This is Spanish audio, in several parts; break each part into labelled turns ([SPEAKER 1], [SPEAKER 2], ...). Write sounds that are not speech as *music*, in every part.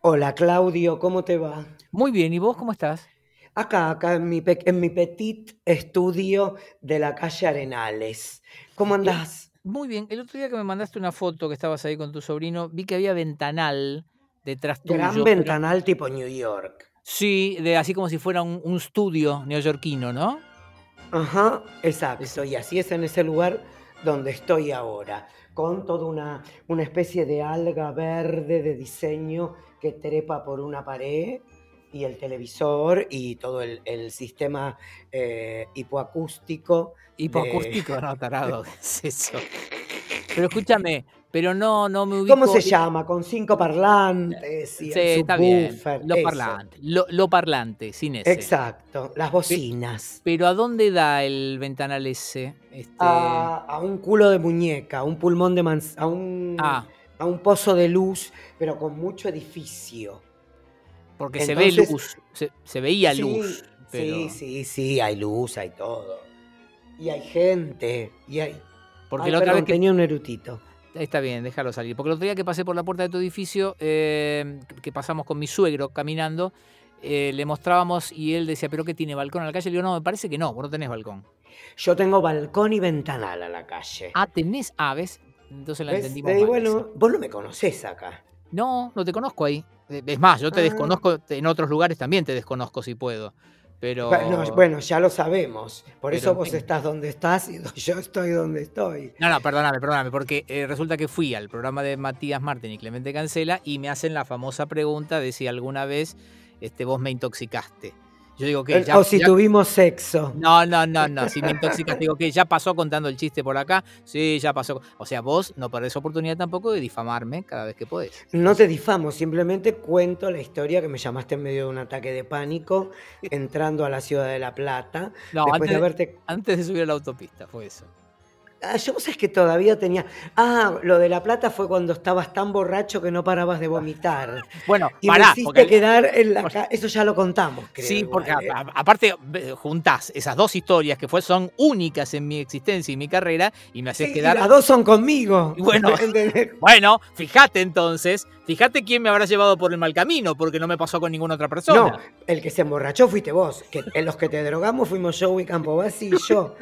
[SPEAKER 1] Hola Claudio, ¿cómo te va?
[SPEAKER 2] Muy bien, ¿y vos cómo estás?
[SPEAKER 1] Acá, acá en mi, pe- en mi petit estudio de la calle Arenales. ¿Cómo
[SPEAKER 2] El-
[SPEAKER 1] andás?
[SPEAKER 2] muy bien, el otro día que me mandaste una foto que estabas ahí con tu sobrino, vi que había ventanal detrás
[SPEAKER 1] Gran
[SPEAKER 2] tuyo, pero
[SPEAKER 1] ventanal tipo New York.
[SPEAKER 2] sí, de así como si fuera un, un estudio neoyorquino, ¿no?
[SPEAKER 1] Ajá,
[SPEAKER 2] Es-
[SPEAKER 1] exacto. Y así es en ese lugar donde estoy ahora, con toda una, una especie de alga verde de diseño que trepa por una pared y el televisor y todo el, el sistema eh, hipoacústico de... *laughs*
[SPEAKER 2] Hipoacústico, no, tarado, *laughs* ¿qué es eso? Pero escúchame, pero no, no me
[SPEAKER 1] ¿Cómo
[SPEAKER 2] ubico.
[SPEAKER 1] se
[SPEAKER 2] y-
[SPEAKER 1] llama? Con cinco parlantes y
[SPEAKER 2] Sí,
[SPEAKER 1] el
[SPEAKER 2] está bien,
[SPEAKER 1] subwoofer,
[SPEAKER 2] lo
[SPEAKER 1] eso.
[SPEAKER 2] parlante, lo, lo parlante, sin ese.
[SPEAKER 1] Exacto, las
[SPEAKER 2] Pe-
[SPEAKER 1] bocinas.
[SPEAKER 2] Pero ¿a dónde da el ventanal ese? Este,
[SPEAKER 1] a, a un culo de muñeca, a un pulmón de manz- a un,
[SPEAKER 2] ah,
[SPEAKER 1] a un pozo de luz, pero con mucho edificio.
[SPEAKER 2] porque se ve
[SPEAKER 1] Entonces,
[SPEAKER 2] luz, se, se veía
[SPEAKER 1] sí,
[SPEAKER 2] luz,
[SPEAKER 1] sí,
[SPEAKER 2] pero...
[SPEAKER 1] sí, sí, hay luz, hay todo. Y hay gente, y hay...
[SPEAKER 2] Porque
[SPEAKER 1] Ay,
[SPEAKER 2] la otra vez
[SPEAKER 1] perdón,
[SPEAKER 2] que...
[SPEAKER 1] tenía un erutito.
[SPEAKER 2] Está bien, déjalo salir. Porque el otro día que pasé por la puerta de tu edificio, eh, que que pasamos con mi suegro caminando, eh, le mostrábamos y él decía, pero ¿qué tiene balcón a la calle? Le digo, no, me parece que no, vos no tenés balcón.
[SPEAKER 1] Yo tengo balcón y ventanal a la calle.
[SPEAKER 2] Ah, tenés aves. Entonces la
[SPEAKER 1] ¿Ves?
[SPEAKER 2] entendimos
[SPEAKER 1] Te digo,
[SPEAKER 2] mal esa.
[SPEAKER 1] bueno, vos no me conocés acá.
[SPEAKER 2] No, no te conozco ahí. Eh, Es más, yo te
[SPEAKER 1] Ah,
[SPEAKER 2] desconozco, en otros lugares también te desconozco si puedo.
[SPEAKER 1] Bueno,
[SPEAKER 2] Pero,
[SPEAKER 1] bueno, ya lo sabemos. Por
[SPEAKER 2] pero
[SPEAKER 1] eso
[SPEAKER 2] en
[SPEAKER 1] vos
[SPEAKER 2] fin.
[SPEAKER 1] estás donde estás y *laughs* yo estoy donde estoy.
[SPEAKER 2] No, no, perdóname, perdóname, porque eh, resulta que fui al programa de Matías Martín y Clemente Cancela y me hacen la famosa pregunta de si alguna vez este, vos me intoxicaste. Yo digo que
[SPEAKER 1] Eh,
[SPEAKER 2] ya,
[SPEAKER 1] O si
[SPEAKER 2] ya-
[SPEAKER 1] tuvimos sexo.
[SPEAKER 2] no, no, no, no, si me intoxicaste, digo que ya pasó contando el chiste por acá, sí, ya pasó. O sea, vos no perdés oportunidad tampoco de difamarme cada vez que podés.
[SPEAKER 1] No te difamo, simplemente cuento la historia que me llamaste en medio de un ataque de pánico entrando a la ciudad de La Plata,
[SPEAKER 2] No,
[SPEAKER 1] después de
[SPEAKER 2] antes,
[SPEAKER 1] haberte...
[SPEAKER 2] antes de subir a la autopista fue eso.
[SPEAKER 1] Ah, yo vos sabés que todavía tenía... Ah, lo de La Plata fue cuando estabas tan borracho que no parabas de vomitar
[SPEAKER 2] Bueno,
[SPEAKER 1] y me
[SPEAKER 2] pará, porque...
[SPEAKER 1] hiciste
[SPEAKER 2] el-
[SPEAKER 1] quedar en la...
[SPEAKER 2] por-
[SPEAKER 1] ca- Eso ya lo contamos, creo,
[SPEAKER 2] Sí, porque a-
[SPEAKER 1] igual, ¿eh?
[SPEAKER 2] a- aparte ve, juntás esas dos historias que fue, son únicas en mi existencia y mi carrera y me haces
[SPEAKER 1] Sí, y
[SPEAKER 2] quedar,
[SPEAKER 1] las dos son
[SPEAKER 2] y
[SPEAKER 1] conmigo,
[SPEAKER 2] bueno,
[SPEAKER 1] *laughs* ¿entendés?
[SPEAKER 2] bueno, fíjate entonces, fíjate quién me habrá llevado por el mal camino, porque no me pasó con ninguna otra
[SPEAKER 1] No,
[SPEAKER 2] persona.
[SPEAKER 1] el que se emborrachó fuiste vos, que en los que te drogamos fuimos Joey Campobasi y yo.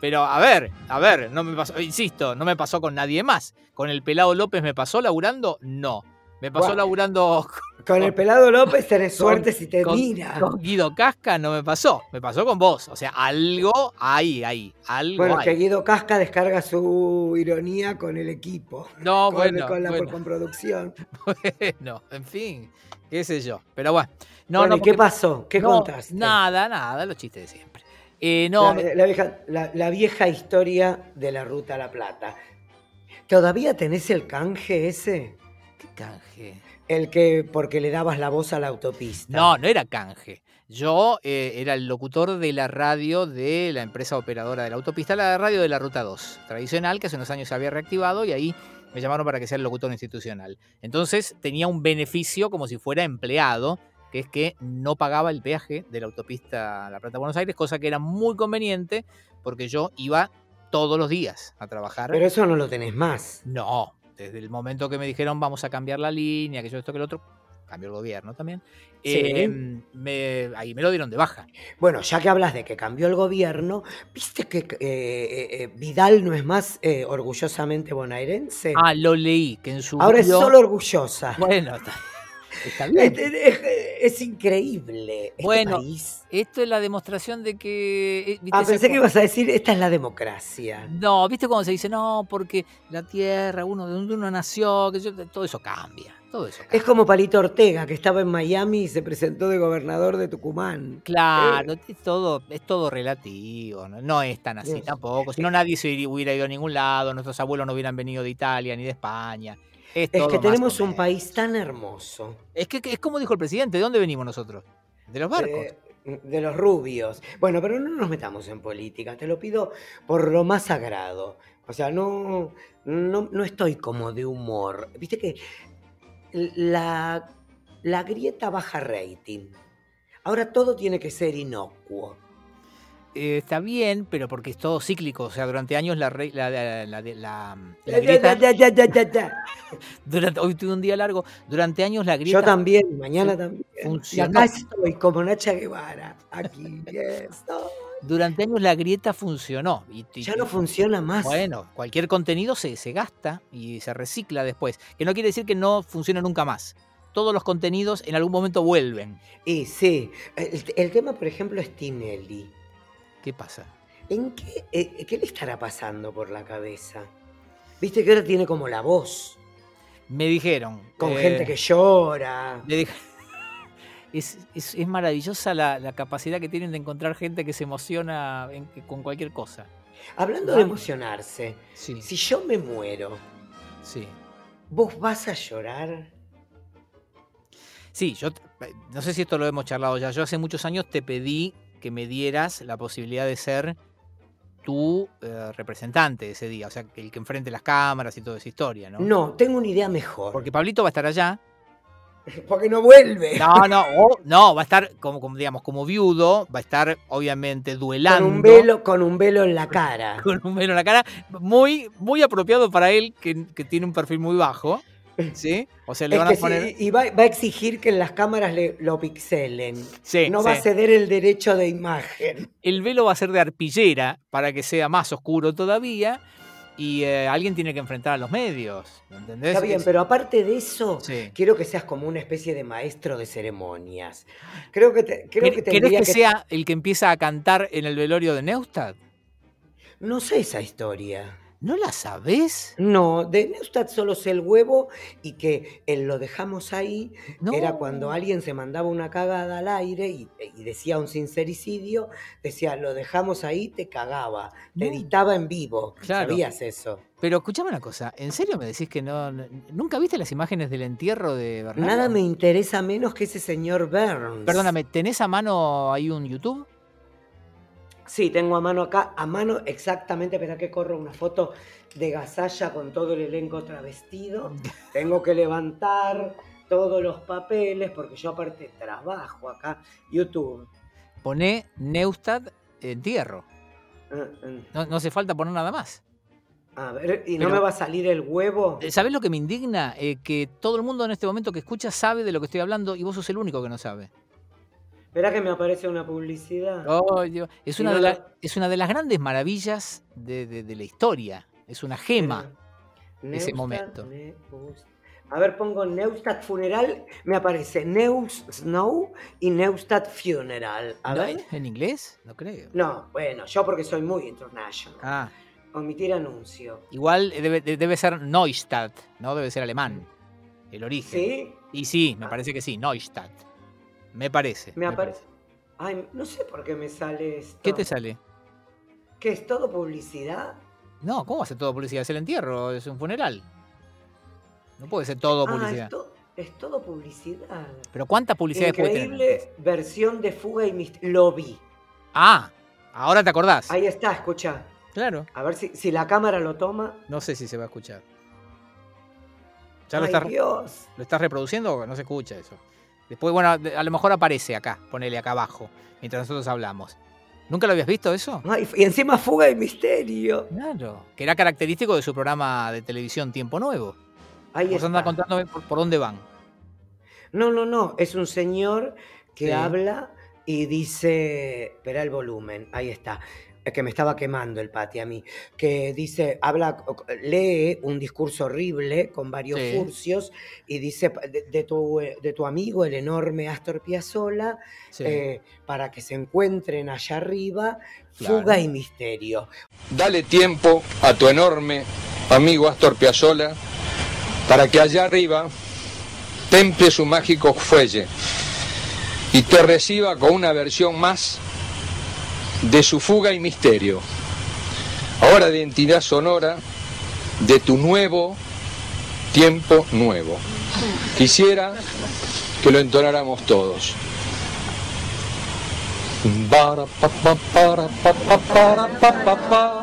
[SPEAKER 2] Pero a ver, a ver, no me pasó, insisto, no me pasó con nadie más. Con el pelado López me pasó laburando, no. Me pasó
[SPEAKER 1] Bueno, *laughs*
[SPEAKER 2] laburando
[SPEAKER 1] con el
[SPEAKER 2] con,
[SPEAKER 1] pelado López tenés
[SPEAKER 2] con,
[SPEAKER 1] suerte si te
[SPEAKER 2] con,
[SPEAKER 1] mira.
[SPEAKER 2] con Guido Casca, no me pasó, me pasó con vos. O sea, algo hay, ahí, algo
[SPEAKER 1] Bueno, que
[SPEAKER 2] hay.
[SPEAKER 1] Guido Casca descarga su ironía con el equipo,
[SPEAKER 2] No,
[SPEAKER 1] con,
[SPEAKER 2] Oh, bueno,
[SPEAKER 1] con la
[SPEAKER 2] bueno.
[SPEAKER 1] con producción.
[SPEAKER 2] *laughs* Bueno, en fin, qué sé yo. Pero bueno, no,
[SPEAKER 1] Bueno,
[SPEAKER 2] no,
[SPEAKER 1] ¿y qué
[SPEAKER 2] porque
[SPEAKER 1] pasó? ¿Qué
[SPEAKER 2] no,
[SPEAKER 1] contaste?
[SPEAKER 2] nada, nada, los chistes de siempre. Eh,
[SPEAKER 1] La,
[SPEAKER 2] no, me-
[SPEAKER 1] la vieja, la- la vieja historia de la Ruta a La Plata. ¿Todavía tenés el canje ese?
[SPEAKER 2] ¿qué canje?
[SPEAKER 1] El que porque le dabas la voz a la
[SPEAKER 2] No,
[SPEAKER 1] autopista.
[SPEAKER 2] no era canje. Yo eh, era el locutor de la radio de la empresa operadora de la autopista, la radio de la Ruta 2, tradicional, que hace unos años se había reactivado y ahí me llamaron para que sea el locutor institucional. Entonces tenía un beneficio como si fuera empleado, que es que no pagaba el peaje de la autopista La Plata-Buenos Aires, cosa que era muy conveniente porque yo iba todos los días a trabajar.
[SPEAKER 1] Pero eso no lo tenés más.
[SPEAKER 2] No, desde el momento que me dijeron vamos a cambiar la línea, que yo esto, que el otro, cambió el gobierno también, eh,
[SPEAKER 1] Sí.
[SPEAKER 2] me, ahí me lo dieron de baja.
[SPEAKER 1] Bueno, ya que hablas de que cambió el gobierno, ¿viste que eh, eh, eh, Vidal no es más eh, orgullosamente bonaerense?
[SPEAKER 2] Ah, lo leí, que en su
[SPEAKER 1] Ahora es
[SPEAKER 2] bio,
[SPEAKER 1] solo orgullosa.
[SPEAKER 2] bueno, está,
[SPEAKER 1] *laughs*
[SPEAKER 2] está
[SPEAKER 1] Es,
[SPEAKER 2] bien.
[SPEAKER 1] es- es increíble este
[SPEAKER 2] Bueno,
[SPEAKER 1] país.
[SPEAKER 2] esto es la demostración de que, eh, viste,
[SPEAKER 1] Ah,
[SPEAKER 2] esa
[SPEAKER 1] pensé que
[SPEAKER 2] co-
[SPEAKER 1] ibas a decir, esta es la democracia.
[SPEAKER 2] No, viste cuando se dice, no, porque la tierra, uno de donde uno nació, que yo- todo eso cambia, todo eso
[SPEAKER 1] Es
[SPEAKER 2] cambia.
[SPEAKER 1] como Palito Ortega, que estaba en Miami y se presentó de gobernador de Tucumán. Eh,
[SPEAKER 2] Claro, es todo, es todo relativo, no, no es tan así
[SPEAKER 1] Dios.
[SPEAKER 2] tampoco. Si no,
[SPEAKER 1] Eh,
[SPEAKER 2] nadie se iri- hubiera ido a ningún lado, nuestros abuelos no hubieran venido de Italia ni de España.
[SPEAKER 1] Es
[SPEAKER 2] Es
[SPEAKER 1] que
[SPEAKER 2] todo más o
[SPEAKER 1] tenemos un país
[SPEAKER 2] menos.
[SPEAKER 1] tan hermoso,
[SPEAKER 2] Es que que- es como dijo el presidente, ¿de dónde venimos nosotros? De los barcos.
[SPEAKER 1] eh, de los rubios. Bueno, pero no nos metamos en política, te lo pido por lo más sagrado. O sea, no, no, no estoy como de humor. Viste que la, la grieta baja rating. Ahora todo tiene que ser inocuo.
[SPEAKER 2] eh, está bien, pero porque es todo cíclico. O sea, durante años la, re- la, la, la- la- la- la
[SPEAKER 1] Ya, ya,
[SPEAKER 2] grieta.
[SPEAKER 1] ya, ya, ya, ya, ya.
[SPEAKER 2] durante- hoy tuve un día largo. Durante años la
[SPEAKER 1] *laughs*
[SPEAKER 2] grieta.
[SPEAKER 1] Yo también, mañana también. Y
[SPEAKER 2] funcionó.
[SPEAKER 1] acá estoy, como Nacha Guevara. Aquí, *laughs* yes, no.
[SPEAKER 2] Durante años la grieta funcionó. Y, y-
[SPEAKER 1] Ya no funciona más.
[SPEAKER 2] Bueno, cualquier contenido se, se gasta y se recicla después. Que no quiere decir que no funcione nunca más. Todos los contenidos en algún momento vuelven.
[SPEAKER 1] Y sí, el, el tema, por ejemplo, es Tinelli.
[SPEAKER 2] ¿Qué pasa?
[SPEAKER 1] ¿En qué, eh, qué le estará pasando por la cabeza? Viste que ahora tiene como la voz,
[SPEAKER 2] Me dijeron.
[SPEAKER 1] con
[SPEAKER 2] eh,
[SPEAKER 1] gente que llora.
[SPEAKER 2] le dije- *laughs* es, es- es maravillosa la, la capacidad que tienen de encontrar gente que se emociona en- con cualquier cosa.
[SPEAKER 1] Hablando
[SPEAKER 2] Ah.
[SPEAKER 1] de emocionarse,
[SPEAKER 2] Sí,
[SPEAKER 1] si yo me muero,
[SPEAKER 2] sí.
[SPEAKER 1] ¿vos vas a llorar?
[SPEAKER 2] Sí, yo t- eh, no sé si esto lo hemos charlado ya. Yo hace muchos años te pedí que me dieras la posibilidad de ser tu eh, representante ese día, o sea, el que enfrente las cámaras y toda esa historia, ¿no?
[SPEAKER 1] No, tengo una idea mejor.
[SPEAKER 2] Porque Pablito va a estar allá.
[SPEAKER 1] Porque no vuelve.
[SPEAKER 2] No, no, o- no, va a estar como, como digamos, como viudo, va a estar obviamente
[SPEAKER 1] con,
[SPEAKER 2] duelando.
[SPEAKER 1] un velo, con un velo en la cara.
[SPEAKER 2] *laughs* con un velo en la cara, muy, muy apropiado para él, que, que tiene un perfil muy bajo. ¿Sí? O sea, le
[SPEAKER 1] Es
[SPEAKER 2] van a
[SPEAKER 1] que sí,
[SPEAKER 2] poner.
[SPEAKER 1] y va, va a exigir que en las cámaras le- lo pixelen.
[SPEAKER 2] Sí,
[SPEAKER 1] no va
[SPEAKER 2] sí.
[SPEAKER 1] a ceder el derecho de imagen.
[SPEAKER 2] El velo va a ser de arpillera para que sea más oscuro todavía. Y eh, alguien tiene que enfrentar a los medios. ¿me ¿Entendés?
[SPEAKER 1] Está bien,
[SPEAKER 2] Es-
[SPEAKER 1] pero aparte de eso,
[SPEAKER 2] sí.
[SPEAKER 1] quiero que seas como una especie de maestro de ceremonias. Creo que, te- creo que
[SPEAKER 2] ¿Quer- ¿Querés
[SPEAKER 1] tendría
[SPEAKER 2] que,
[SPEAKER 1] que,
[SPEAKER 2] sea el que empieza a cantar en el velorio de Neustadt?
[SPEAKER 1] No sé esa historia.
[SPEAKER 2] ¿No la sabés?
[SPEAKER 1] No, de Neustadt solo sé el huevo y que el lo dejamos ahí
[SPEAKER 2] No.
[SPEAKER 1] Era cuando alguien se mandaba una cagada al aire y, y decía un sincericidio, decía, lo dejamos ahí, te cagaba, te
[SPEAKER 2] No.
[SPEAKER 1] editaba en vivo.
[SPEAKER 2] Claro.
[SPEAKER 1] Sabías eso.
[SPEAKER 2] Pero escuchame una cosa, ¿en serio me decís que no, n- nunca viste las imágenes del entierro de Bernardo?
[SPEAKER 1] Nada me interesa menos que ese señor Burns.
[SPEAKER 2] Perdóname, ¿tenés a mano ahí un YouTube?
[SPEAKER 1] Sí, tengo a mano acá, a mano exactamente, espera que corro una foto de Gasalla con todo el elenco travestido. Tengo que levantar todos los papeles porque yo aparte trabajo acá. YouTube.
[SPEAKER 2] Poné Neustadt eh, entierro.
[SPEAKER 1] Ah, ah.
[SPEAKER 2] No, no hace falta poner nada más.
[SPEAKER 1] A ver, ¿y no
[SPEAKER 2] Pero-
[SPEAKER 1] me va a salir el huevo?
[SPEAKER 2] Eh, ¿Sabés lo que me indigna? Eh, que todo el mundo en este momento que escucha sabe de lo que estoy hablando y vos sos el único que no sabe.
[SPEAKER 1] Verá que me aparece una publicidad.
[SPEAKER 2] Oh, Dios. es,
[SPEAKER 1] Sí,
[SPEAKER 2] una
[SPEAKER 1] no,
[SPEAKER 2] de
[SPEAKER 1] no.
[SPEAKER 2] la- es una de las grandes maravillas de, de- de la historia. Es una
[SPEAKER 1] Eh,
[SPEAKER 2] gema.
[SPEAKER 1] Mira,
[SPEAKER 2] ese
[SPEAKER 1] Neustadt,
[SPEAKER 2] momento.
[SPEAKER 1] Neus- A ver, pongo Neustadt Funeral, me aparece Neus Snow y Neustadt Funeral. A
[SPEAKER 2] ¿No?
[SPEAKER 1] ver.
[SPEAKER 2] ¿En inglés? No creo.
[SPEAKER 1] No, bueno, yo porque soy muy international.
[SPEAKER 2] Ah,
[SPEAKER 1] Omitir anuncio.
[SPEAKER 2] igual eh, debe, de- debe ser Neustadt, ¿no? Debe ser alemán. El origen.
[SPEAKER 1] Mm. ¿Sí?
[SPEAKER 2] Y sí, me
[SPEAKER 1] Ah.
[SPEAKER 2] parece que sí, Neustadt. Me parece.
[SPEAKER 1] Me aparece. Ay, no sé por qué me sale esto.
[SPEAKER 2] ¿Qué te sale?
[SPEAKER 1] ¿Qué es todo publicidad?
[SPEAKER 2] No, ¿cómo va a ser todo publicidad? Es el entierro, es un funeral. No puede ser todo
[SPEAKER 1] Ah,
[SPEAKER 2] publicidad.
[SPEAKER 1] es, to- es todo publicidad.
[SPEAKER 2] Pero ¿cuántas publicidades puede tener?
[SPEAKER 1] Increíble versión de fuga y misterio. Lo vi.
[SPEAKER 2] Ah, ahora te acordás.
[SPEAKER 1] Ahí está, escucha.
[SPEAKER 2] Claro.
[SPEAKER 1] A ver si, si la cámara lo toma.
[SPEAKER 2] No sé si se va a escuchar. ¿Ya lo
[SPEAKER 1] Ay,
[SPEAKER 2] estás, re-
[SPEAKER 1] Dios.
[SPEAKER 2] lo estás reproduciendo o no se escucha eso? Después, bueno, de- a lo mejor aparece acá, ponele acá abajo, mientras nosotros hablamos. ¿Nunca lo habías visto eso?
[SPEAKER 1] Ay, y encima fuga y misterio.
[SPEAKER 2] Claro. Que era característico de su programa de televisión Tiempo Nuevo.
[SPEAKER 1] Ahí
[SPEAKER 2] Vos andás
[SPEAKER 1] está.
[SPEAKER 2] contándome por, por dónde van.
[SPEAKER 1] No, no, no. Es un señor que
[SPEAKER 2] Sí.
[SPEAKER 1] habla y dice. Espera el volumen. Ahí está. Es que me estaba quemando el pati a mí. Que dice, habla, lee un discurso horrible con varios
[SPEAKER 2] Sí.
[SPEAKER 1] furcios y dice de, de tu, eh, de tu amigo, el enorme Astor Piazzolla,
[SPEAKER 2] Sí.
[SPEAKER 1] eh, para que se encuentren allá arriba,
[SPEAKER 2] Claro.
[SPEAKER 1] fuga y misterio.
[SPEAKER 3] Dale tiempo a tu enorme amigo Astor Piazzolla para que allá arriba temple su mágico fuelle y te reciba con una versión más de su fuga y misterio. Ahora de entidad sonora de tu nuevo tiempo nuevo. Quisiera que lo entonáramos todos. Para pa pa para pa pa para pa pa pa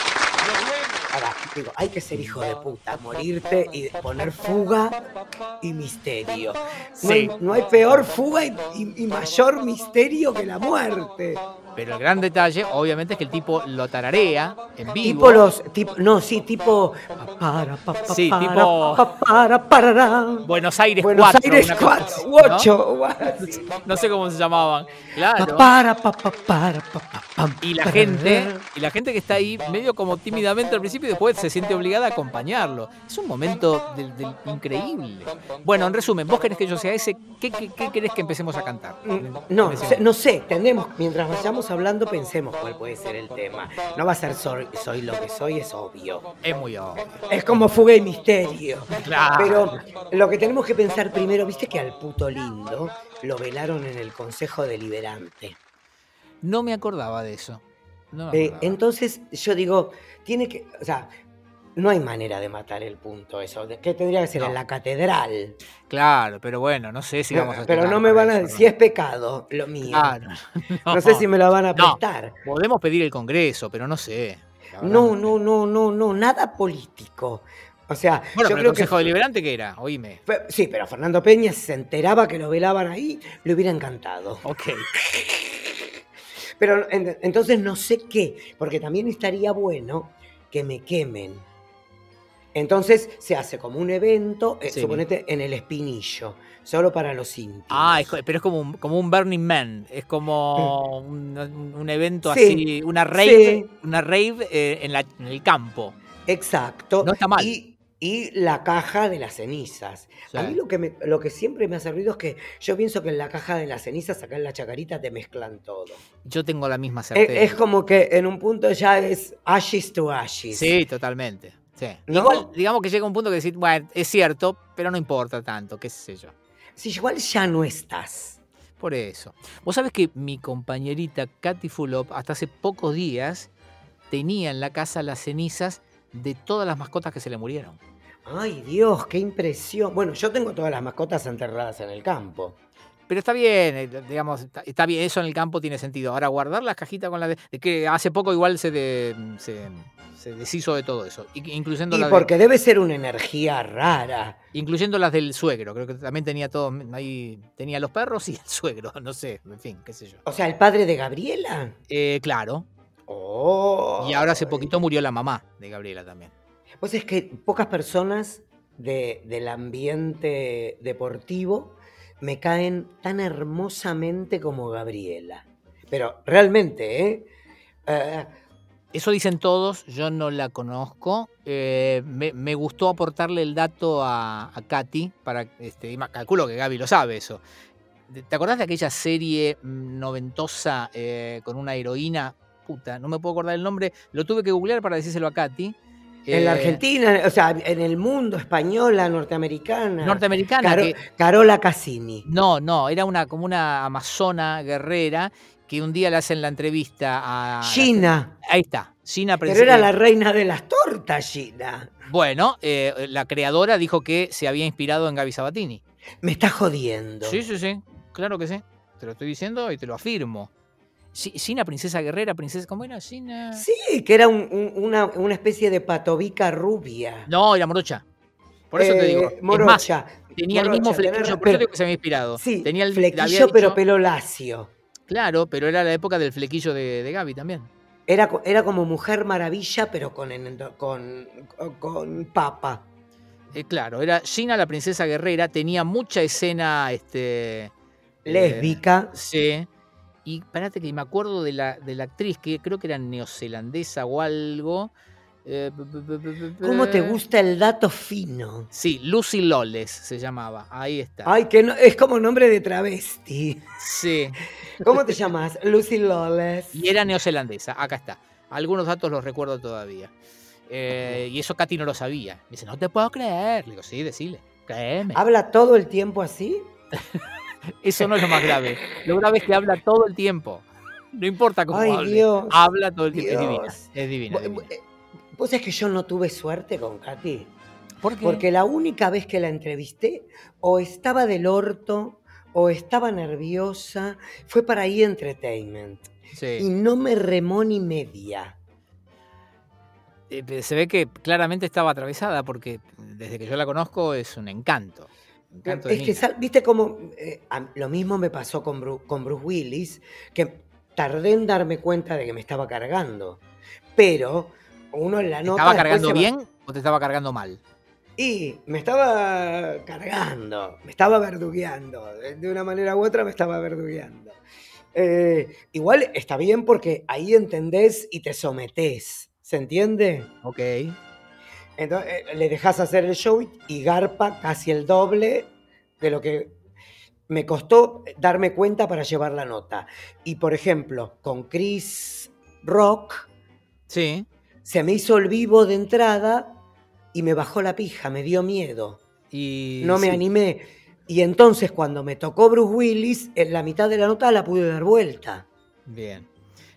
[SPEAKER 3] Nos vemos.
[SPEAKER 1] Ahora, digo, hay que ser hijo de puta, morirte y poner fuga y misterio. No, hay,
[SPEAKER 2] Sí.
[SPEAKER 1] no hay peor fuga y, y- y mayor misterio que la muerte.
[SPEAKER 2] Pero el gran detalle, obviamente, es que el tipo lo tararea en vivo.
[SPEAKER 1] Tipo los, tipo, no, sí, tipo. para, pa, pa,
[SPEAKER 2] Sí,
[SPEAKER 1] para,
[SPEAKER 2] tipo-
[SPEAKER 1] pa, para, parará.
[SPEAKER 2] Buenos Aires
[SPEAKER 1] Buenos
[SPEAKER 2] 4.
[SPEAKER 1] Aires
[SPEAKER 2] una cosa
[SPEAKER 1] 4
[SPEAKER 2] así,
[SPEAKER 1] u
[SPEAKER 2] ¿no?
[SPEAKER 1] 8. o algo así.
[SPEAKER 2] No sé cómo se llamaban.
[SPEAKER 1] Pa,
[SPEAKER 2] Claro.
[SPEAKER 1] Para, pa, pa, para, pa, pa, pam,
[SPEAKER 2] Y la
[SPEAKER 1] parará.
[SPEAKER 2] gente, y la gente que está ahí medio como tímidamente al principio y después se siente obligada a acompañarlo. Es un momento del- del- increíble. Bueno, en resumen, vos querés que yo sea ese, ¿qué, qué, qué querés que empecemos a cantar?
[SPEAKER 1] No,
[SPEAKER 2] En ese
[SPEAKER 1] se- no sé, tendremos, mientras vayamos hablando pensemos cuál puede ser el tema. No va a ser soy, soy lo que soy, es obvio.
[SPEAKER 2] momento. Es muy obvio.
[SPEAKER 1] Es como fuga y misterio.
[SPEAKER 2] Claro.
[SPEAKER 1] Pero lo que tenemos que pensar primero, viste que al puto lindo lo velaron en el Consejo Deliberante.
[SPEAKER 2] No me acordaba de eso. No me
[SPEAKER 1] Eh,
[SPEAKER 2] acordaba.
[SPEAKER 1] entonces yo digo, tiene que, o sea, no hay manera de matar el punto eso. de- ¿Qué tendría que ser?
[SPEAKER 2] No.
[SPEAKER 1] En la catedral.
[SPEAKER 2] Claro, pero bueno, no sé si vamos a
[SPEAKER 1] Pero
[SPEAKER 2] esperar
[SPEAKER 1] no me
[SPEAKER 2] para
[SPEAKER 1] van a
[SPEAKER 2] eso,
[SPEAKER 1] si es pecado lo mío.
[SPEAKER 2] Claro.
[SPEAKER 1] No
[SPEAKER 2] *laughs*
[SPEAKER 1] sé si me la van a prestar.
[SPEAKER 2] Podemos pedir el Congreso, pero no sé. La verdad
[SPEAKER 1] No,
[SPEAKER 2] sé.
[SPEAKER 1] no, no, no, no, nada político. O sea,
[SPEAKER 2] Bueno,
[SPEAKER 1] yo
[SPEAKER 2] pero el
[SPEAKER 1] creo que.
[SPEAKER 2] Consejo Deliberante, ¿qué era? Oíme.
[SPEAKER 1] Fe- Sí, pero Fernando Peña si se enteraba que lo velaban ahí, le hubiera encantado.
[SPEAKER 2] Ok.
[SPEAKER 1] Pero en- entonces no sé qué, porque también estaría bueno que me quemen. Entonces se hace como un evento, eh,
[SPEAKER 2] Sí.
[SPEAKER 1] suponete en el espinillo, solo para los íntimos.
[SPEAKER 2] Ah, es co- pero es como un, como un Burning Man. Es como un, un evento
[SPEAKER 1] Mm. Sí,
[SPEAKER 2] así, una rave,
[SPEAKER 1] sí.
[SPEAKER 2] una rave eh, en, la- en el campo.
[SPEAKER 1] Exacto.
[SPEAKER 2] No está mal.
[SPEAKER 1] Y, y la caja de las cenizas. A
[SPEAKER 2] Sí.
[SPEAKER 1] mí lo que, me- lo que siempre me ha servido es que yo pienso que en la caja de las cenizas, acá en la chacarita, te mezclan todo.
[SPEAKER 2] Yo tengo la misma
[SPEAKER 1] Es,
[SPEAKER 2] certeza.
[SPEAKER 1] es como que en un punto ya es ashes to ashes.
[SPEAKER 2] Sí, totalmente. sí.
[SPEAKER 1] ¿No?
[SPEAKER 2] Igual, digamos que llega un punto que decís, bueno, es cierto, pero no importa tanto, qué sé yo.
[SPEAKER 1] Si igual ya no estás.
[SPEAKER 2] Por eso. Vos sabés que mi compañerita Katy Fulop hasta hace pocos días tenía en la casa las cenizas de todas las mascotas que se le murieron.
[SPEAKER 1] Ay, Dios, qué impresión. Bueno, yo tengo todas las mascotas enterradas en el campo.
[SPEAKER 2] Pero está bien, eh, digamos, está, está bien, eso en el campo tiene sentido. Ahora, guardar las cajitas con la de, de que hace poco igual se, de- se, se deshizo de todo eso, y- incluyendo,
[SPEAKER 1] Y
[SPEAKER 2] las de-
[SPEAKER 1] porque debe ser una energía rara.
[SPEAKER 2] incluyendo las del suegro, creo que también tenía todo, ahí tenía los perros y el suegro, *laughs* no sé, en fin, qué sé yo.
[SPEAKER 1] O sea, el padre de Gabriela.
[SPEAKER 2] Eh, claro,
[SPEAKER 1] Oh.
[SPEAKER 2] y ahora hace poquito murió la mamá de Gabriela también.
[SPEAKER 1] Pues es que pocas personas de- del ambiente deportivo me caen tan hermosamente como Gabriela. Pero realmente, ¿eh? Eh,
[SPEAKER 2] Eso dicen todos, yo no la conozco. Eh, me, me gustó aportarle el dato a, a Katy, para, este, y ma- calculo que Gaby lo sabe eso. ¿Te te acordás de aquella serie mm, noventosa eh, con una heroína? Puta, no me puedo acordar el nombre, lo tuve que googlear para decírselo a Katy.
[SPEAKER 1] en la
[SPEAKER 2] Eh,
[SPEAKER 1] Argentina, o sea, en el mundo, española, norteamericana.
[SPEAKER 2] Norteamericana.
[SPEAKER 1] Caro-
[SPEAKER 2] que-
[SPEAKER 1] Carola Cassini.
[SPEAKER 2] No, no, era una como una amazona guerrera que un día le hacen la entrevista a.
[SPEAKER 1] Gina.
[SPEAKER 2] Ahí está, Gina
[SPEAKER 1] Pero era
[SPEAKER 2] Prince-
[SPEAKER 1] la reina de las tortas, Gina.
[SPEAKER 2] Bueno, eh, la creadora dijo que se había inspirado en Gaby Sabatini.
[SPEAKER 1] Me está jodiendo.
[SPEAKER 2] Sí, sí, sí, claro que sí. Te lo estoy diciendo y te lo afirmo. Si- Sina, princesa guerrera, princesa. ¿Cómo era? Sina.
[SPEAKER 1] Sí, que era un- un- una, una especie de patobica rubia.
[SPEAKER 2] No, era morocha. Por eso te
[SPEAKER 1] Eh,
[SPEAKER 2] digo. es más,
[SPEAKER 1] Morocha.
[SPEAKER 2] tenía el mismo
[SPEAKER 1] Morocha, tenés
[SPEAKER 2] flequillo. Por eso
[SPEAKER 1] razón.
[SPEAKER 2] digo que se había inspirado.
[SPEAKER 1] Sí,
[SPEAKER 2] tenía el
[SPEAKER 1] flequillo,
[SPEAKER 2] había dicho-
[SPEAKER 1] pero pelo lacio.
[SPEAKER 2] Claro, pero era la época del flequillo de, de Gaby también.
[SPEAKER 1] Era, co- era como Mujer Maravilla, pero con, en- con, con papa.
[SPEAKER 2] Eh, claro, era Gina, la princesa guerrera, tenía mucha escena. Este, eh,
[SPEAKER 1] Lésbica.
[SPEAKER 2] Sí. Y espérate que me acuerdo de la, de la actriz, que creo que era neozelandesa o algo. Eh, pe- pe- pe- pe- pe-
[SPEAKER 1] ¿Cómo te gusta el dato fino?
[SPEAKER 2] Sí, Lucy Loles se llamaba. Ahí está.
[SPEAKER 1] Ay, que no- es como nombre de travesti.
[SPEAKER 2] Sí.
[SPEAKER 1] ¿Cómo
[SPEAKER 2] *laughs*
[SPEAKER 1] te llamas? Lucy Lawless.
[SPEAKER 2] Y era neozelandesa. Acá está. Algunos datos los recuerdo todavía. Eh, y eso Katy no lo sabía. Me dice, no te puedo creer. Le digo, sí, decile. Créeme.
[SPEAKER 1] ¿Habla todo el tiempo así?
[SPEAKER 2] Eso no es lo más grave. Lo grave es que habla todo el tiempo. No importa cómo
[SPEAKER 1] Ay,
[SPEAKER 2] hable.
[SPEAKER 1] Dios.
[SPEAKER 2] Habla todo el tiempo. Es
[SPEAKER 1] Dios.
[SPEAKER 2] divina. Es divina.
[SPEAKER 1] Bu-
[SPEAKER 2] divina.
[SPEAKER 1] bu- eh, Vos es que yo no tuve suerte con Katy.
[SPEAKER 2] ¿Por qué?
[SPEAKER 1] Porque la única vez que la entrevisté, o estaba del orto, o estaba nerviosa, fue para E! Entertainment. Y
[SPEAKER 2] Sí.
[SPEAKER 1] no me remó ni media.
[SPEAKER 2] Eh, pe- Se ve que claramente estaba atravesada porque mm, desde que yo la conozco es un encanto. encanto de
[SPEAKER 1] Es que,
[SPEAKER 2] niña.
[SPEAKER 1] sal- viste como, lo mismo me pasó con, Bru- con Bruce Willis, que tardé en darme cuenta de que me estaba cargando. Pero uno en la
[SPEAKER 2] ¿Te
[SPEAKER 1] nota...
[SPEAKER 2] estaba
[SPEAKER 1] después
[SPEAKER 2] cargando
[SPEAKER 1] se va-
[SPEAKER 2] bien o te estaba cargando mal?
[SPEAKER 1] Y me estaba cargando, me estaba verdugueando. De de una manera u otra me estaba verdugueando. Eh, igual está bien porque ahí entendés y te sometés. ¿Se entiende?
[SPEAKER 2] Ok.
[SPEAKER 1] Entonces, eh, le dejas hacer el show y garpa casi el doble de lo que me costó darme cuenta para llevar la nota. Y por ejemplo, con Chris Rock
[SPEAKER 2] Sí.
[SPEAKER 1] se me hizo el vivo de entrada y me bajó la pija, me dio miedo.
[SPEAKER 2] Y
[SPEAKER 1] No me
[SPEAKER 2] sí.
[SPEAKER 1] animé. Y entonces cuando me tocó Bruce Willis, en la mitad de la nota la pude dar vuelta.
[SPEAKER 2] Bien.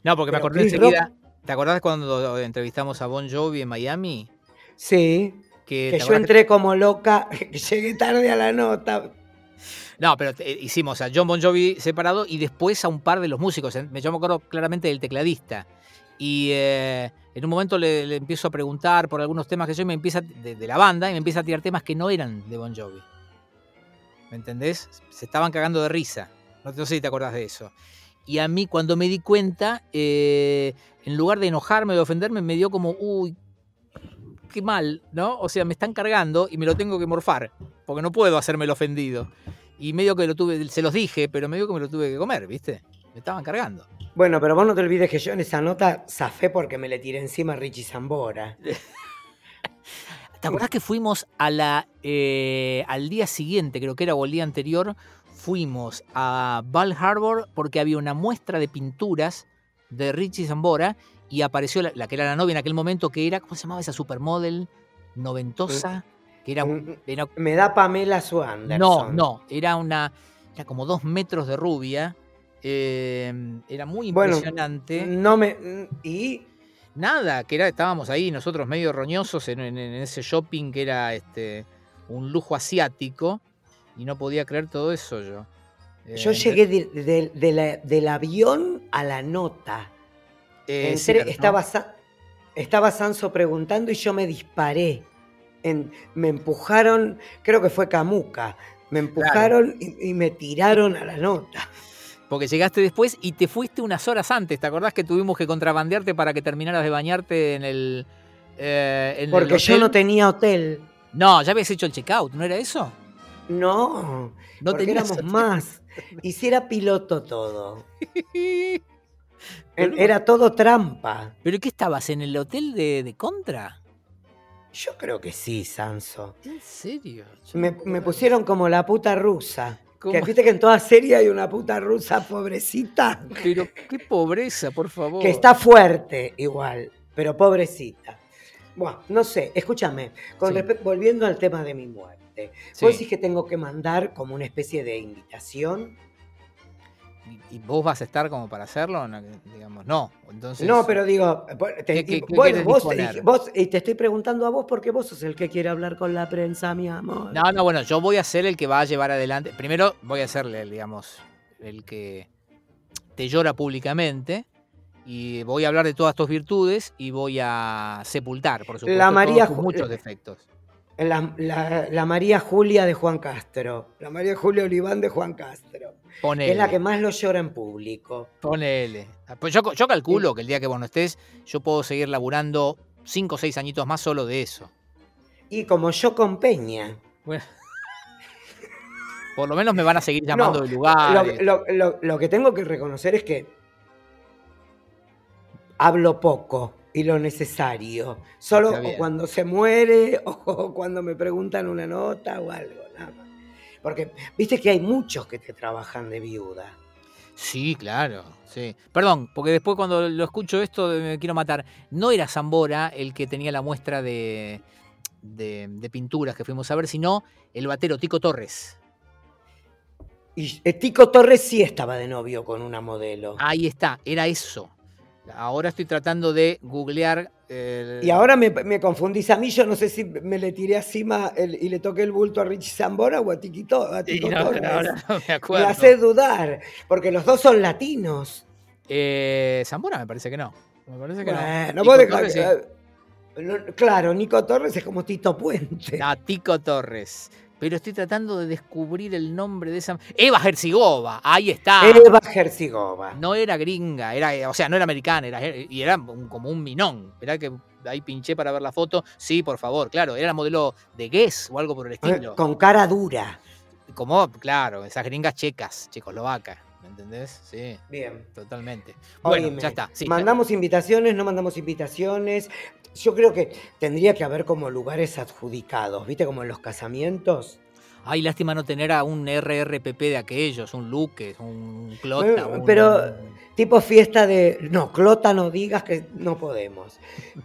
[SPEAKER 2] No, porque me
[SPEAKER 1] Pero
[SPEAKER 2] acordé
[SPEAKER 1] Chris
[SPEAKER 2] enseguida. ¿Te acordás cuando entrevistamos a Bon Jovi en Miami?
[SPEAKER 1] Sí.
[SPEAKER 2] Que,
[SPEAKER 1] Que
[SPEAKER 2] ¿te
[SPEAKER 1] yo
[SPEAKER 2] acordás que-
[SPEAKER 1] entré como loca, *laughs* llegué tarde a la nota.
[SPEAKER 2] No, pero eh, hicimos a John Bon Jovi separado y después a un par de los músicos. Eh, Yo me acuerdo claramente del tecladista. Y eh, en un momento le, le empiezo a preguntar por algunos temas que yo y me empieza de, de la banda y me empieza a tirar temas que no eran de Bon Jovi. ¿Me entendés? Se estaban cagando de risa. No, te- no sé si te acordás de eso. Y a mí cuando me di cuenta, eh, en lugar de enojarme, de ofenderme, me dio como, uy, qué mal, ¿no? O sea, me están cargando y me lo tengo que morfar, porque no puedo hacerme el ofendido. Y medio que lo tuve, se los dije, pero medio que me lo tuve que comer, ¿viste? Me estaban cargando.
[SPEAKER 1] Bueno, pero vos no te olvides que yo en esa nota zafé porque me le tiré encima a Richie Zambora.
[SPEAKER 2] ¿Te acordás que fuimos a la, eh, al día siguiente, creo que era o el día anterior, fuimos a Val Harbor porque había una muestra de pinturas de Richie Zambora y apareció la, la que era la novia en aquel momento, que era, ¿cómo se llamaba esa supermodel noventosa? Que era, un-
[SPEAKER 1] Mm,
[SPEAKER 2] era
[SPEAKER 1] Me da Pamela Sue
[SPEAKER 2] No,
[SPEAKER 1] Anderson.
[SPEAKER 2] no, era una, era como dos metros de rubia, eh, era muy
[SPEAKER 1] Bueno,
[SPEAKER 2] impresionante.
[SPEAKER 1] No me. mm, Y.
[SPEAKER 2] Nada, que era, estábamos ahí nosotros medio roñosos en, en- en ese shopping que era este, un lujo asiático y no podía creer todo eso yo. Eh,
[SPEAKER 1] Yo llegué de- de- de la- del avión a la nota.
[SPEAKER 2] eh,
[SPEAKER 1] Entré,
[SPEAKER 2] cierto.
[SPEAKER 1] estaba, Sa- estaba Sanso preguntando y yo me disparé. En- me empujaron, creo que fue Camuca. Me empujaron y, y me tiraron a la nota.
[SPEAKER 2] Porque llegaste después y te fuiste unas horas antes. ¿Te acordás que tuvimos que contrabandearte para que terminaras de bañarte en el. eh, en el
[SPEAKER 1] Porque yo
[SPEAKER 2] hotel?
[SPEAKER 1] no tenía hotel.
[SPEAKER 2] No, ya habías hecho el checkout, ¿no era eso?
[SPEAKER 1] No,
[SPEAKER 2] No
[SPEAKER 1] porque
[SPEAKER 2] tenías
[SPEAKER 1] éramos
[SPEAKER 2] *laughs* hotel.
[SPEAKER 1] más. Hiciera piloto todo. E- Era todo trampa.
[SPEAKER 2] ¿Pero qué estabas? ¿En el hotel de, de Contra?
[SPEAKER 1] Yo creo que sí, Sanso.
[SPEAKER 2] ¿En serio? Yo
[SPEAKER 1] Me,
[SPEAKER 2] no puedo
[SPEAKER 1] me
[SPEAKER 2] creer.
[SPEAKER 1] pusieron como la puta rusa. Que
[SPEAKER 2] ¿Cómo?
[SPEAKER 1] viste que en toda serie hay una puta rusa pobrecita.
[SPEAKER 2] Pero qué pobreza, por favor.
[SPEAKER 1] que está fuerte igual, pero pobrecita. Bueno, no sé, escúchame, con
[SPEAKER 2] Sí.
[SPEAKER 1] respe- volviendo al tema de mi muerte,
[SPEAKER 2] Sí.
[SPEAKER 1] vos decís que tengo que mandar como una especie de invitación.
[SPEAKER 2] ¿Y y vos vas a estar como para hacerlo? No, que- digamos, no. Entonces,
[SPEAKER 1] no, pero digo, vos- te,
[SPEAKER 2] ¿Qué- qué-
[SPEAKER 1] y-
[SPEAKER 2] qué
[SPEAKER 1] bueno,
[SPEAKER 2] querés
[SPEAKER 1] vos,
[SPEAKER 2] disponer?
[SPEAKER 1] y, vos- y te estoy preguntando a vos porque vos sos el que quiere hablar con la prensa, mi amor.
[SPEAKER 2] No, no, bueno, yo voy a ser el que va a llevar adelante. Primero voy a ser, el, digamos, el que te llora públicamente. Y voy a hablar de todas tus virtudes y voy a sepultar, por supuesto,
[SPEAKER 1] María
[SPEAKER 2] todos tus
[SPEAKER 1] Ju-
[SPEAKER 2] muchos defectos.
[SPEAKER 1] La, la- la María Julia de Juan Castro, la María Julia Oliván de Juan Castro, que
[SPEAKER 2] Ponele.
[SPEAKER 1] es la que más lo llora en público.
[SPEAKER 2] Ponele. Ah, Pues yo, co- yo calculo que el día que vos no estés, yo puedo seguir laburando cinco o seis añitos más solo de eso.
[SPEAKER 1] Y como yo con Peña.
[SPEAKER 2] Bueno. Por lo menos me van a seguir llamando
[SPEAKER 1] No,
[SPEAKER 2] de lugar.
[SPEAKER 1] Lo, lo- lo- lo que tengo que reconocer es que hablo poco y lo necesario. Solo
[SPEAKER 2] Está
[SPEAKER 1] o
[SPEAKER 2] bien.
[SPEAKER 1] cuando se muere *laughs* o, cuando me preguntan una nota o algo, nada más. Porque viste que hay muchos que te trabajan de viuda.
[SPEAKER 2] Sí, claro. Sí. Perdón, porque después cuando lo escucho esto de- me quiero matar. No era Zambora el que tenía la muestra de, de, de pinturas que fuimos a ver, sino el batero Tico Torres.
[SPEAKER 1] Y eh, Tico Torres sí estaba de
[SPEAKER 2] Ah,
[SPEAKER 1] novio con una modelo.
[SPEAKER 2] Ahí está, era eso. Ahora estoy tratando de googlear el-
[SPEAKER 1] Y ahora me, me confundís a mí, yo no sé si me le tiré encima el- y le toqué el bulto a Richie Zambora o a Tiquito. A
[SPEAKER 2] *laughs* y
[SPEAKER 1] Tico
[SPEAKER 2] no,
[SPEAKER 1] Torres.
[SPEAKER 2] ahora no me
[SPEAKER 1] me
[SPEAKER 2] acuerdo.
[SPEAKER 1] hace dudar, porque los dos son latinos.
[SPEAKER 2] Eh, Zambora me parece que no. Me parece que no.
[SPEAKER 1] Bueno,
[SPEAKER 2] Tico
[SPEAKER 1] vos dejá
[SPEAKER 2] Torres, sí.
[SPEAKER 1] que- no, Claro, Nico Torres es como Tito Puente.
[SPEAKER 2] No, Tico Torres. Pero estoy tratando de descubrir el nombre de esa. Eva Herzigova, ahí está.
[SPEAKER 1] Eva Herzigova.
[SPEAKER 2] No era gringa, era, o sea, no era americana, era, y era un- como un minón. Esperá que ahí pinché para ver la foto. Sí, por favor, claro, era modelo de Guess o algo por el estilo.
[SPEAKER 1] Eh, Con cara dura.
[SPEAKER 2] Como, claro, esas gringas checas, checoslovacas, ¿me entendés? Sí,
[SPEAKER 1] Bien.
[SPEAKER 2] totalmente. Bueno,
[SPEAKER 1] Oíme,
[SPEAKER 2] ya está. sí.
[SPEAKER 1] mandamos invitaciones, no mandamos invitaciones. Yo creo que tendría que haber como lugares adjudicados, ¿viste? Como en los casamientos.
[SPEAKER 2] Ay, lástima no tener a un RRPP de aquellos, un Luque, un Clota.
[SPEAKER 1] Bueno,
[SPEAKER 2] un-
[SPEAKER 1] pero- Tipo fiesta de. No, clota no digas que no podemos.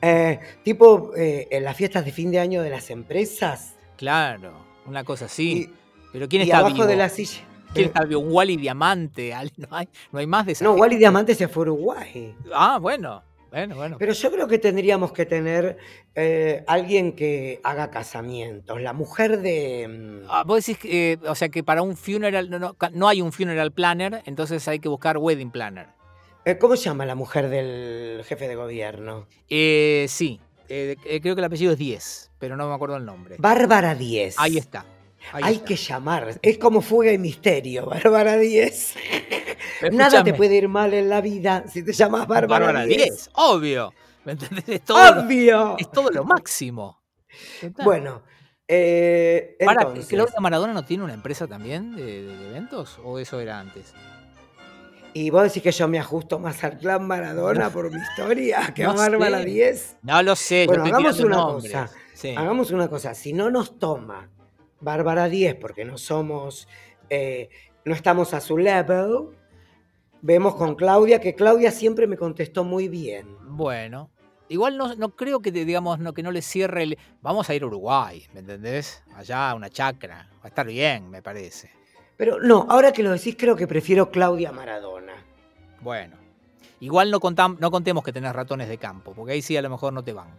[SPEAKER 1] Eh, tipo eh, en las fiestas de fin de año de las empresas.
[SPEAKER 2] Claro, una cosa así.
[SPEAKER 1] Y-
[SPEAKER 2] pero ¿quién
[SPEAKER 1] y
[SPEAKER 2] está
[SPEAKER 1] abajo
[SPEAKER 2] vivo?
[SPEAKER 1] de la silla.
[SPEAKER 2] ¿Quién está vivo? Un Wally Diamante. *laughs* al- No hay, no hay más de esa
[SPEAKER 1] No,
[SPEAKER 2] gente.
[SPEAKER 1] Wally Diamante se fue a Uruguay.
[SPEAKER 2] Ah, bueno. Bueno, bueno.
[SPEAKER 1] Pero yo creo que tendríamos que tener eh, alguien que haga casamientos. La mujer de. mm,
[SPEAKER 2] Ah, vos decís que, eh, o sea, que para un funeral, no, no, ca- no hay un funeral planner, entonces hay que buscar wedding planner.
[SPEAKER 1] eh, ¿Cómo se llama la mujer del jefe de gobierno?
[SPEAKER 2] Eh, sí, eh, eh, creo que el apellido es 10, pero no me acuerdo el nombre.
[SPEAKER 1] Bárbara Díez.
[SPEAKER 2] Ahí está. ahí
[SPEAKER 1] Hay
[SPEAKER 2] está.
[SPEAKER 1] que llamar. Es como fuga y misterio, *laughs* Bárbara Díez.
[SPEAKER 2] Pero
[SPEAKER 1] Nada te
[SPEAKER 2] escúchame,
[SPEAKER 1] puede ir mal en la vida si te llamas Bárbara,
[SPEAKER 2] Bárbara
[SPEAKER 1] Díez.
[SPEAKER 2] 10, obvio. ¿Me entendés? Es todo, lo-
[SPEAKER 1] ¡Obvio!
[SPEAKER 2] es todo lo máximo.
[SPEAKER 1] Bueno, eh,
[SPEAKER 2] Para,
[SPEAKER 1] entonces,
[SPEAKER 2] ¿Claudia Maradona no tiene una empresa también de, de- de eventos? ¿O eso era antes?
[SPEAKER 1] y vos decís que yo me ajusto más al clan Maradona por mi
[SPEAKER 2] *laughs*
[SPEAKER 1] historia que
[SPEAKER 2] No
[SPEAKER 1] a Bárbara
[SPEAKER 2] sé.
[SPEAKER 1] Díez.
[SPEAKER 2] No lo sé,
[SPEAKER 1] Bueno,
[SPEAKER 2] yo estoy
[SPEAKER 1] hagamos
[SPEAKER 2] tirando
[SPEAKER 1] una
[SPEAKER 2] nombres.
[SPEAKER 1] cosa,
[SPEAKER 2] Sí.
[SPEAKER 1] Hagamos una cosa, si no nos toma Bárbara 10 porque no somos, eh, no estamos a su level, vemos con Claudia, que Claudia siempre me contestó muy bien.
[SPEAKER 2] Bueno. Igual no, no creo que, te- digamos, no, que no le cierre el... Vamos a ir a Uruguay, ¿me entendés? Allá, una chacra. Va a estar bien, me parece.
[SPEAKER 1] Pero no, ahora que lo decís creo que prefiero Claudia Maradona.
[SPEAKER 2] Bueno. Igual no, contam- no contemos que tenés ratones de campo, porque ahí sí a lo mejor no te van.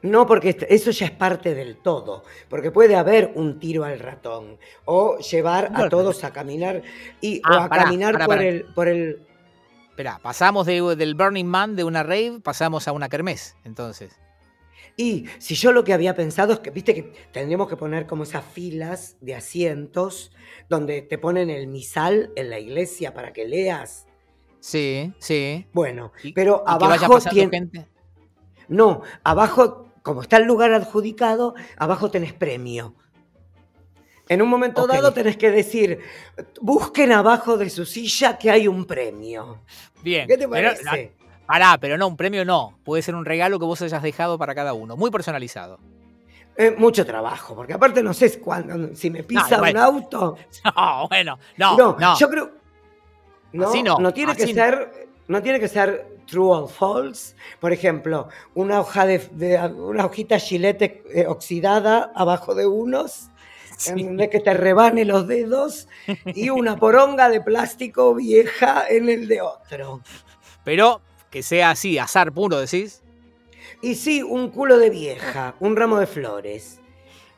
[SPEAKER 1] No, porque est- eso ya es parte del todo, porque puede haber un tiro al ratón o llevar a
[SPEAKER 2] Bueno.
[SPEAKER 1] todos a caminar y
[SPEAKER 2] Ah,
[SPEAKER 1] o a
[SPEAKER 2] pará,
[SPEAKER 1] caminar
[SPEAKER 2] pará,
[SPEAKER 1] por
[SPEAKER 2] pará.
[SPEAKER 1] el por el
[SPEAKER 2] Esperá, pasamos de- del Burning Man de una rave, pasamos a una kermés, entonces.
[SPEAKER 1] Y si yo lo que había pensado es que, viste, que tendríamos que poner como esas filas de asientos donde te ponen el misal en la iglesia para que leas.
[SPEAKER 2] Sí, sí.
[SPEAKER 1] Bueno,
[SPEAKER 2] Y-
[SPEAKER 1] pero
[SPEAKER 2] y que vaya
[SPEAKER 1] abajo
[SPEAKER 2] pasando
[SPEAKER 1] tien-
[SPEAKER 2] gente.
[SPEAKER 1] No, abajo, como está el lugar adjudicado, abajo tenés premio. En un momento
[SPEAKER 2] Ok.
[SPEAKER 1] dado tenés que decir, busquen abajo de su silla que hay un premio.
[SPEAKER 2] Bien.
[SPEAKER 1] ¿Qué te
[SPEAKER 2] pero-
[SPEAKER 1] parece?
[SPEAKER 2] Pará, pero no, un premio no. Puede ser un regalo que vos hayas dejado para cada uno. Muy personalizado. *laughs*
[SPEAKER 1] Eh, mucho trabajo, porque aparte no sé cuándo, si me pisa un
[SPEAKER 2] igual.
[SPEAKER 1] auto.
[SPEAKER 2] No, bueno, no.
[SPEAKER 1] No,
[SPEAKER 2] No,
[SPEAKER 1] yo creo. No,
[SPEAKER 2] Así
[SPEAKER 1] no,
[SPEAKER 2] no,
[SPEAKER 1] tiene que
[SPEAKER 2] así no.
[SPEAKER 1] ser. No tiene que ser true or false. Por ejemplo, una hoja de, de- una hojita chilete eh, oxidada abajo de unos.
[SPEAKER 2] Sí.
[SPEAKER 1] ¿entendés? Que te rebane los dedos. Y una poronga de plástico vieja en el de otro.
[SPEAKER 2] Pero que sea así, azar puro, decís.
[SPEAKER 1] Y sí, un culo de vieja, un ramo de flores.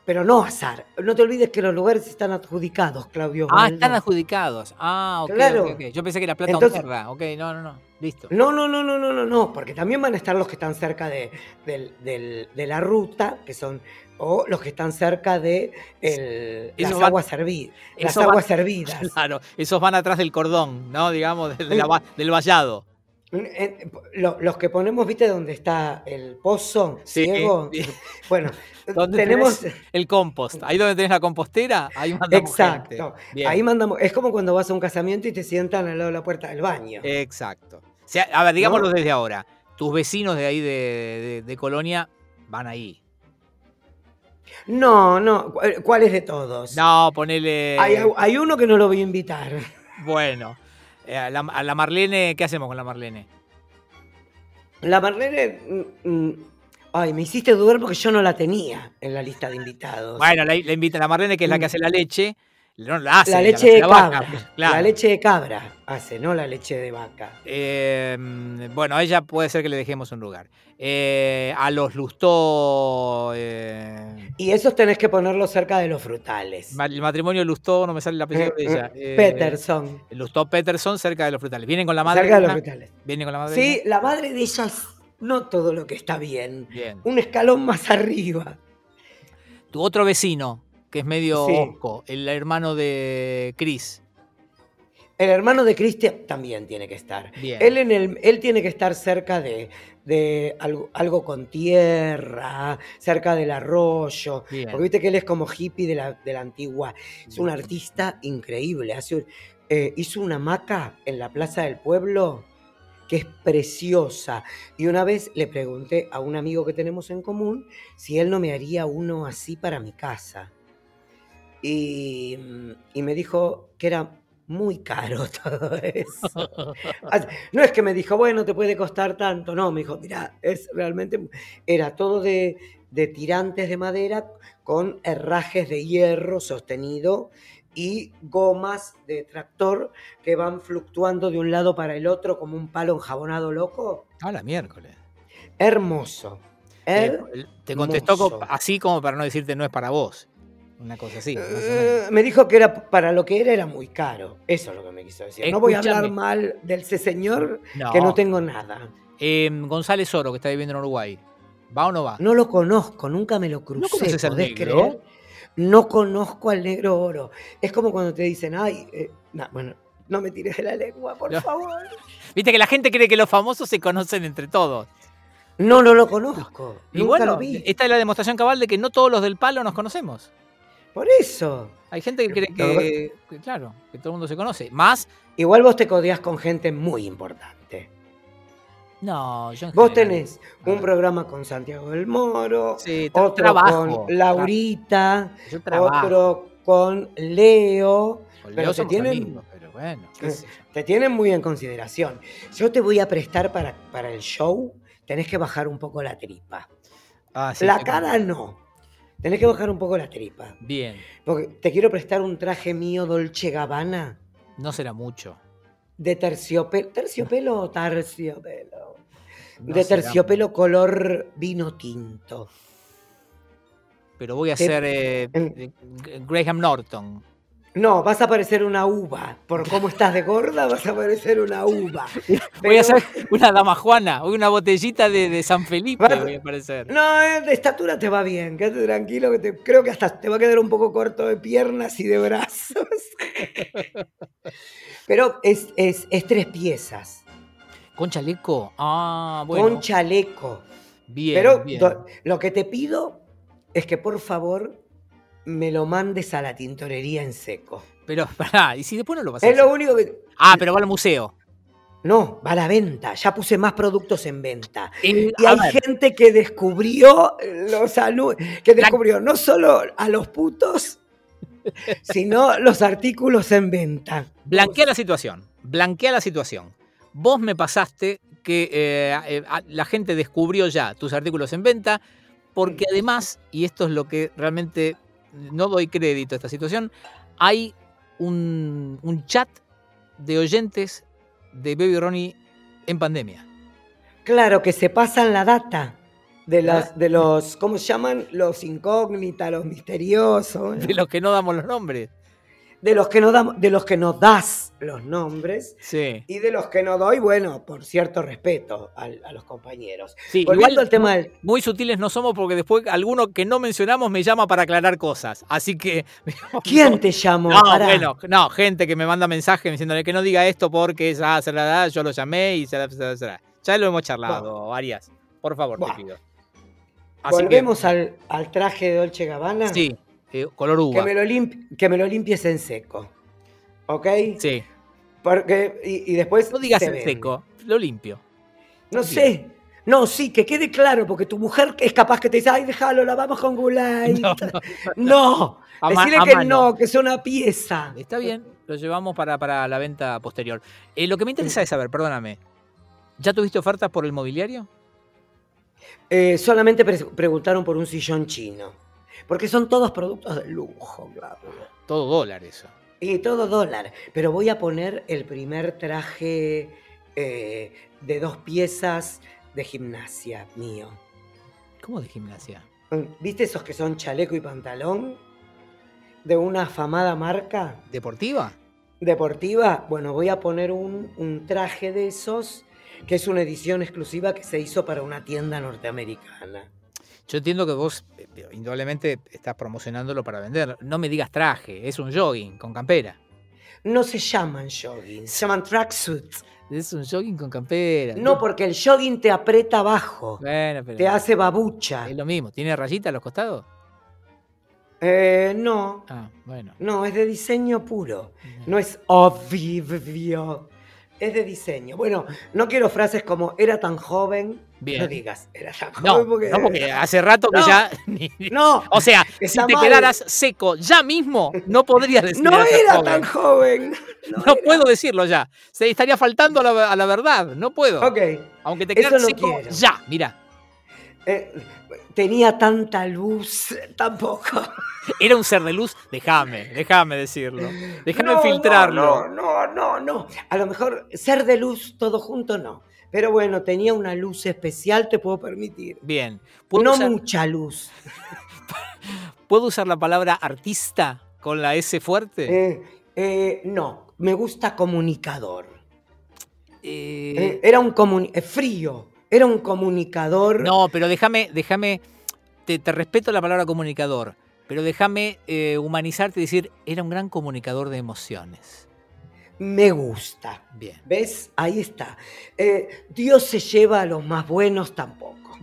[SPEAKER 1] Pero no azar. No te olvides que los lugares están adjudicados, Claudio.
[SPEAKER 2] Ah,
[SPEAKER 1] Osvaldo.
[SPEAKER 2] están adjudicados. Ah, ok, ok,
[SPEAKER 1] Claro.
[SPEAKER 2] ok. Yo pensé que era plata
[SPEAKER 1] Entonces-
[SPEAKER 2] o mierda. Ok, no, no, no. Listo. *laughs*
[SPEAKER 1] No, no, no, no, no, no, no, porque también van a estar los que están cerca de, del- del- de la ruta, que son, o los que están cerca de el-
[SPEAKER 2] Eso
[SPEAKER 1] las
[SPEAKER 2] va-
[SPEAKER 1] aguas servidas. Las
[SPEAKER 2] eso va-
[SPEAKER 1] aguas servidas. *laughs*
[SPEAKER 2] Claro, esos van atrás del cordón, ¿no? Digamos, del, de la va- del vallado.
[SPEAKER 1] Eh, lo- los que ponemos, ¿viste dónde está el pozo
[SPEAKER 2] Sí,
[SPEAKER 1] ciego?
[SPEAKER 2] *laughs* sí.
[SPEAKER 1] Bueno,
[SPEAKER 2] ¿Dónde
[SPEAKER 1] tenemos.
[SPEAKER 2] El compost. Ahí donde tenés la compostera, ahí mandamos
[SPEAKER 1] Exacto.
[SPEAKER 2] gente. Bien.
[SPEAKER 1] Ahí mandamos. Es como cuando vas a un casamiento y te sientan al lado de la puerta del baño.
[SPEAKER 2] Eh. Exacto. O sea, a ver, digámoslo desde ahora. Tus vecinos de ahí de, de- de Colonia van ahí.
[SPEAKER 1] No, no. ¿cuál- ¿Cuál es de todos?
[SPEAKER 2] No, eh. ponele.
[SPEAKER 1] Hay, hay uno que no lo voy a invitar.
[SPEAKER 2] Bueno. Eh, a, la, a la Marlene, ¿qué hacemos con la Marlene?
[SPEAKER 1] La Marlene. mm, mm, ay, me hiciste dudar porque yo no la tenía en la lista de invitados.
[SPEAKER 2] Bueno, la, la invitan a la Marlene, que es la
[SPEAKER 1] Mm.
[SPEAKER 2] que hace la leche. No la hace.
[SPEAKER 1] la
[SPEAKER 2] ella,
[SPEAKER 1] leche de
[SPEAKER 2] la
[SPEAKER 1] cabra.
[SPEAKER 2] vaca, claro.
[SPEAKER 1] La leche de cabra hace, no la leche de vaca.
[SPEAKER 2] Eh, bueno, a ella puede ser que le dejemos un lugar. Eh, a los Lustó. eh,
[SPEAKER 1] Y esos tenés que ponerlos cerca de los frutales.
[SPEAKER 2] ma- el matrimonio Lustó, no me sale la apellido de ella. eh,
[SPEAKER 1] Mm, Peterson.
[SPEAKER 2] Lustó Peterson cerca de los frutales. Vienen con la madre.
[SPEAKER 1] cerca de los
[SPEAKER 2] Vilma?
[SPEAKER 1] frutales.
[SPEAKER 2] Vienen con la madre.
[SPEAKER 1] Sí, la madre de ella es no todo lo que está bien.
[SPEAKER 2] Vilma? Bien.
[SPEAKER 1] Un escalón más *laughs* arriba.
[SPEAKER 2] Tu otro vecino, que es medio
[SPEAKER 1] Sí.
[SPEAKER 2] osco, el hermano de Chris.
[SPEAKER 1] El hermano de Cristian también tiene que estar.
[SPEAKER 2] Bien.
[SPEAKER 1] Él, en el, él tiene que estar cerca de, de algo, algo con tierra, cerca del arroyo.
[SPEAKER 2] Bien.
[SPEAKER 1] Porque viste que él es como hippie de la, de la antigua. Es un
[SPEAKER 2] *laughs*
[SPEAKER 1] artista increíble. Hace un- eh, hizo una hamaca en la Plaza del Pueblo que es preciosa. Y una vez le pregunté a un amigo que tenemos en común si él no me haría uno así para mi casa. Y, mm, y me dijo que era muy caro *laughs* todo eso. Así- No es que me dijo, bueno, te puede costar tanto. No, me dijo, mira, es realmente. mu-". Era todo de, de tirantes de madera con herrajes de hierro sostenido y gomas de tractor que van fluctuando de un lado para el otro como un palo enjabonado loco.
[SPEAKER 2] Ah, la miércoles.
[SPEAKER 1] Hermoso.
[SPEAKER 2] Eh,
[SPEAKER 1] Her-
[SPEAKER 2] te contestó co-
[SPEAKER 1] hermoso.
[SPEAKER 2] así como para no decirte no es para vos. Una cosa así. más o menos.
[SPEAKER 1] Eh, me dijo que era para lo que era era muy caro. Eso es lo que me quiso decir. No voy a hablar
[SPEAKER 2] Eh, Escúchame.
[SPEAKER 1] mal del ese señor que no tengo nada.
[SPEAKER 2] Eh, González Oro, que está viviendo en Uruguay. ¿Va o no va?
[SPEAKER 1] No lo conozco, nunca me lo crucé.
[SPEAKER 2] conoces al
[SPEAKER 1] ¿podés
[SPEAKER 2] negro?
[SPEAKER 1] creer? No conozco al negro oro. Es como cuando te dicen, ay, eh, nah, bueno, no me tires de la lengua, por
[SPEAKER 2] No.
[SPEAKER 1] favor.
[SPEAKER 2] Viste que la gente cree que los famosos se conocen entre todos.
[SPEAKER 1] No, no lo conozco.
[SPEAKER 2] *laughs* Y
[SPEAKER 1] nunca
[SPEAKER 2] bueno, eh,
[SPEAKER 1] lo vi.
[SPEAKER 2] esta es la demostración cabal de que no todos los del palo nos conocemos.
[SPEAKER 1] Por eso.
[SPEAKER 2] Hay gente que cree
[SPEAKER 1] La verdad-
[SPEAKER 2] que, que, claro, que todo el mundo se conoce. Más,
[SPEAKER 1] Igual vos te codeás con gente muy importante.
[SPEAKER 2] *laughs* no, yo en
[SPEAKER 1] Vos
[SPEAKER 2] general-
[SPEAKER 1] tenés un programa con Santiago del Moro,
[SPEAKER 2] Sí, tra-
[SPEAKER 1] otro
[SPEAKER 2] trabajo.
[SPEAKER 1] con Laurita,
[SPEAKER 2] Tra- yo trabajo.
[SPEAKER 1] otro con Leo.
[SPEAKER 2] Con
[SPEAKER 1] pero
[SPEAKER 2] Leo
[SPEAKER 1] te
[SPEAKER 2] somos
[SPEAKER 1] tienen- Eh,
[SPEAKER 2] amigos, pero bueno, qué sé yo.
[SPEAKER 1] Te tienen muy en consideración. Yo te voy a prestar para, para el show, tenés que bajar un poco la tripa.
[SPEAKER 2] Ah, sí,
[SPEAKER 1] la
[SPEAKER 2] te
[SPEAKER 1] cara
[SPEAKER 2] conozco.
[SPEAKER 1] no. Tenés que bajar un poco la tripa.
[SPEAKER 2] Bien,
[SPEAKER 1] Porque te quiero prestar un traje mío Dolce Gabbana
[SPEAKER 2] no será mucho.
[SPEAKER 1] de terciopelo. ¿Terciopelo o terciopelo?
[SPEAKER 2] No
[SPEAKER 1] de
[SPEAKER 2] será
[SPEAKER 1] terciopelo color vino tinto.
[SPEAKER 2] Pero voy a
[SPEAKER 1] Te-
[SPEAKER 2] ser eh, eh, Graham Norton.
[SPEAKER 1] No, vas a parecer una uva. Por cómo estás de gorda, vas a parecer una uva.
[SPEAKER 2] Voy
[SPEAKER 1] Pero-
[SPEAKER 2] a ser *laughs* una dama juana, una botellita de, de San Felipe,
[SPEAKER 1] Vas-
[SPEAKER 2] voy a parecer.
[SPEAKER 1] No, eh, de estatura te va bien, quédate tranquilo, que te- creo que hasta te va a quedar un poco corto de piernas y de brazos. *laughs* Pero es, es- es tres piezas,
[SPEAKER 2] ¿Con chaleco? Ah, bueno.
[SPEAKER 1] con chaleco.
[SPEAKER 2] bien,
[SPEAKER 1] Pero
[SPEAKER 2] bien.
[SPEAKER 1] do- lo que te pido es que por favor me lo mandes a la tintorería en seco.
[SPEAKER 2] Pero, *laughs* pará, ¿y si después no lo vas a
[SPEAKER 1] Es lo
[SPEAKER 2] hacer?
[SPEAKER 1] único que...
[SPEAKER 2] Ah, pero va al museo.
[SPEAKER 1] No, va a la venta, ya puse más productos en venta.
[SPEAKER 2] En-
[SPEAKER 1] Y
[SPEAKER 2] Eh, a
[SPEAKER 1] hay
[SPEAKER 2] ver,
[SPEAKER 1] gente que descubrió eh, los anu- que descubrió no solo a los putos, sino los artículos en venta.
[SPEAKER 2] blanquea la situación, blanquea la situación. Vos me pasaste que eh, eh, a- la gente descubrió ya tus artículos en venta, porque además, y esto es lo que realmente no doy crédito a esta situación, hay un, un chat de oyentes de Baby Ronnie en pandemia.
[SPEAKER 1] Claro que se pasan la data de las de los ¿cómo se llaman? los incógnitas, los misteriosos,
[SPEAKER 2] De los que no damos los nombres.
[SPEAKER 1] de los que no damos, de los que no das los nombres.
[SPEAKER 2] Sí.
[SPEAKER 1] Y de los que no doy, bueno, por cierto respeto al- a, los compañeros.
[SPEAKER 2] sí
[SPEAKER 1] Volviendo
[SPEAKER 2] igual-
[SPEAKER 1] al tema del-
[SPEAKER 2] Muy sutiles no somos porque después alguno que no mencionamos me llama para aclarar cosas. Así que. *laughs*
[SPEAKER 1] ¿Quién te llamó?
[SPEAKER 2] No,
[SPEAKER 1] Pará.
[SPEAKER 2] bueno, no, gente que me manda mensajes diciéndole que no diga esto porque ya se la da, yo lo llamé y se la, se la- se la. Ya lo hemos charlado, Arias. Por favor,
[SPEAKER 1] Buah.
[SPEAKER 2] te pido. que,
[SPEAKER 1] Volvemos al, al traje de Dolce Gabbana.
[SPEAKER 2] sí, eh, color
[SPEAKER 1] Que
[SPEAKER 2] uva.
[SPEAKER 1] me, lo limp- que me lo limpies en seco. ¿Ok?
[SPEAKER 2] Sí.
[SPEAKER 1] Porque, y, y después.
[SPEAKER 2] No digas
[SPEAKER 1] se
[SPEAKER 2] en
[SPEAKER 1] ven.
[SPEAKER 2] seco, lo limpio.
[SPEAKER 1] No sé. No, sí, que quede claro, porque tu mujer es capaz que te dice, ay, déjalo, la vamos con Gulay.
[SPEAKER 2] No,
[SPEAKER 1] No, *laughs*
[SPEAKER 2] A ma-
[SPEAKER 1] decirle
[SPEAKER 2] a
[SPEAKER 1] que
[SPEAKER 2] mano.
[SPEAKER 1] no, que es una pieza.
[SPEAKER 2] Está bien, lo llevamos para, para la venta posterior. Eh, lo que me interesa es saber, perdóname. ¿Ya tuviste ofertas por el mobiliario?
[SPEAKER 1] Eh, solamente pre- preguntaron por un sillón chino. Porque son todos productos de lujo, Glábula.
[SPEAKER 2] Todo dólar eso.
[SPEAKER 1] Y todo dólar. Pero voy a poner el primer traje eh, de dos piezas de gimnasia mío.
[SPEAKER 2] ¿Cómo de gimnasia?
[SPEAKER 1] ¿Viste esos que son chaleco y pantalón? De una afamada marca
[SPEAKER 2] ¿Deportiva?
[SPEAKER 1] deportiva. Bueno, voy a poner un, un traje de esos, que es una edición exclusiva que se hizo para una tienda norteamericana.
[SPEAKER 2] Yo entiendo que vos, eh, eh, indudablemente, estás promocionándolo para vender. No me digas traje, es un jogging con campera.
[SPEAKER 1] No se llaman joggings, se llaman tracksuits.
[SPEAKER 2] Es un jogging con campera.
[SPEAKER 1] No, porque el jogging te aprieta abajo,
[SPEAKER 2] Bueno, pero.
[SPEAKER 1] te hace babucha.
[SPEAKER 2] Es lo mismo. ¿Tiene rayita a los costados?
[SPEAKER 1] Eh, no,
[SPEAKER 2] Ah, bueno.
[SPEAKER 1] no, es de diseño puro. No es obvio. Es de diseño. Bueno, no quiero frases como era tan joven.
[SPEAKER 2] Bien.
[SPEAKER 1] No digas, era tan
[SPEAKER 2] *laughs* No,
[SPEAKER 1] joven porque.
[SPEAKER 2] no, porque hace rato que
[SPEAKER 1] No.
[SPEAKER 2] ya. *laughs* ni-
[SPEAKER 1] No,
[SPEAKER 2] O sea,
[SPEAKER 1] Está
[SPEAKER 2] si te
[SPEAKER 1] mal.
[SPEAKER 2] quedaras seco ya mismo, no podrías decir.
[SPEAKER 1] no era
[SPEAKER 2] joven.
[SPEAKER 1] tan joven. No,
[SPEAKER 2] No
[SPEAKER 1] era-
[SPEAKER 2] puedo decirlo ya. Se estaría faltando a la, a la verdad. No puedo.
[SPEAKER 1] Ok.
[SPEAKER 2] Aunque te
[SPEAKER 1] eso
[SPEAKER 2] quedaras
[SPEAKER 1] no
[SPEAKER 2] seco
[SPEAKER 1] quiero.
[SPEAKER 2] ya. Mira,
[SPEAKER 1] Eh, tenía tanta luz, tampoco.
[SPEAKER 2] era un ser de luz. Déjame, déjame decirlo. Déjame
[SPEAKER 1] No, No,
[SPEAKER 2] filtrarlo.
[SPEAKER 1] no, no, no. A lo mejor ser de luz todo junto no. Pero bueno, tenía una luz especial, te puedo permitir.
[SPEAKER 2] Bien. ¿Puedo,
[SPEAKER 1] No
[SPEAKER 2] usar,
[SPEAKER 1] mucha luz.
[SPEAKER 2] puedo usar la palabra artista con la S fuerte?
[SPEAKER 1] Eh, eh, no, me gusta comunicador. Eh,
[SPEAKER 2] Eh,
[SPEAKER 1] era un comuni- eh, frío, era un comunicador.
[SPEAKER 2] no, pero déjame, déjame. Te, te respeto la palabra comunicador, pero déjame eh, humanizarte y decir, era un gran comunicador de emociones.
[SPEAKER 1] Me gusta.
[SPEAKER 2] Bien.
[SPEAKER 1] ¿Ves? Ahí está. Eh, Dios se lleva a los más buenos tampoco.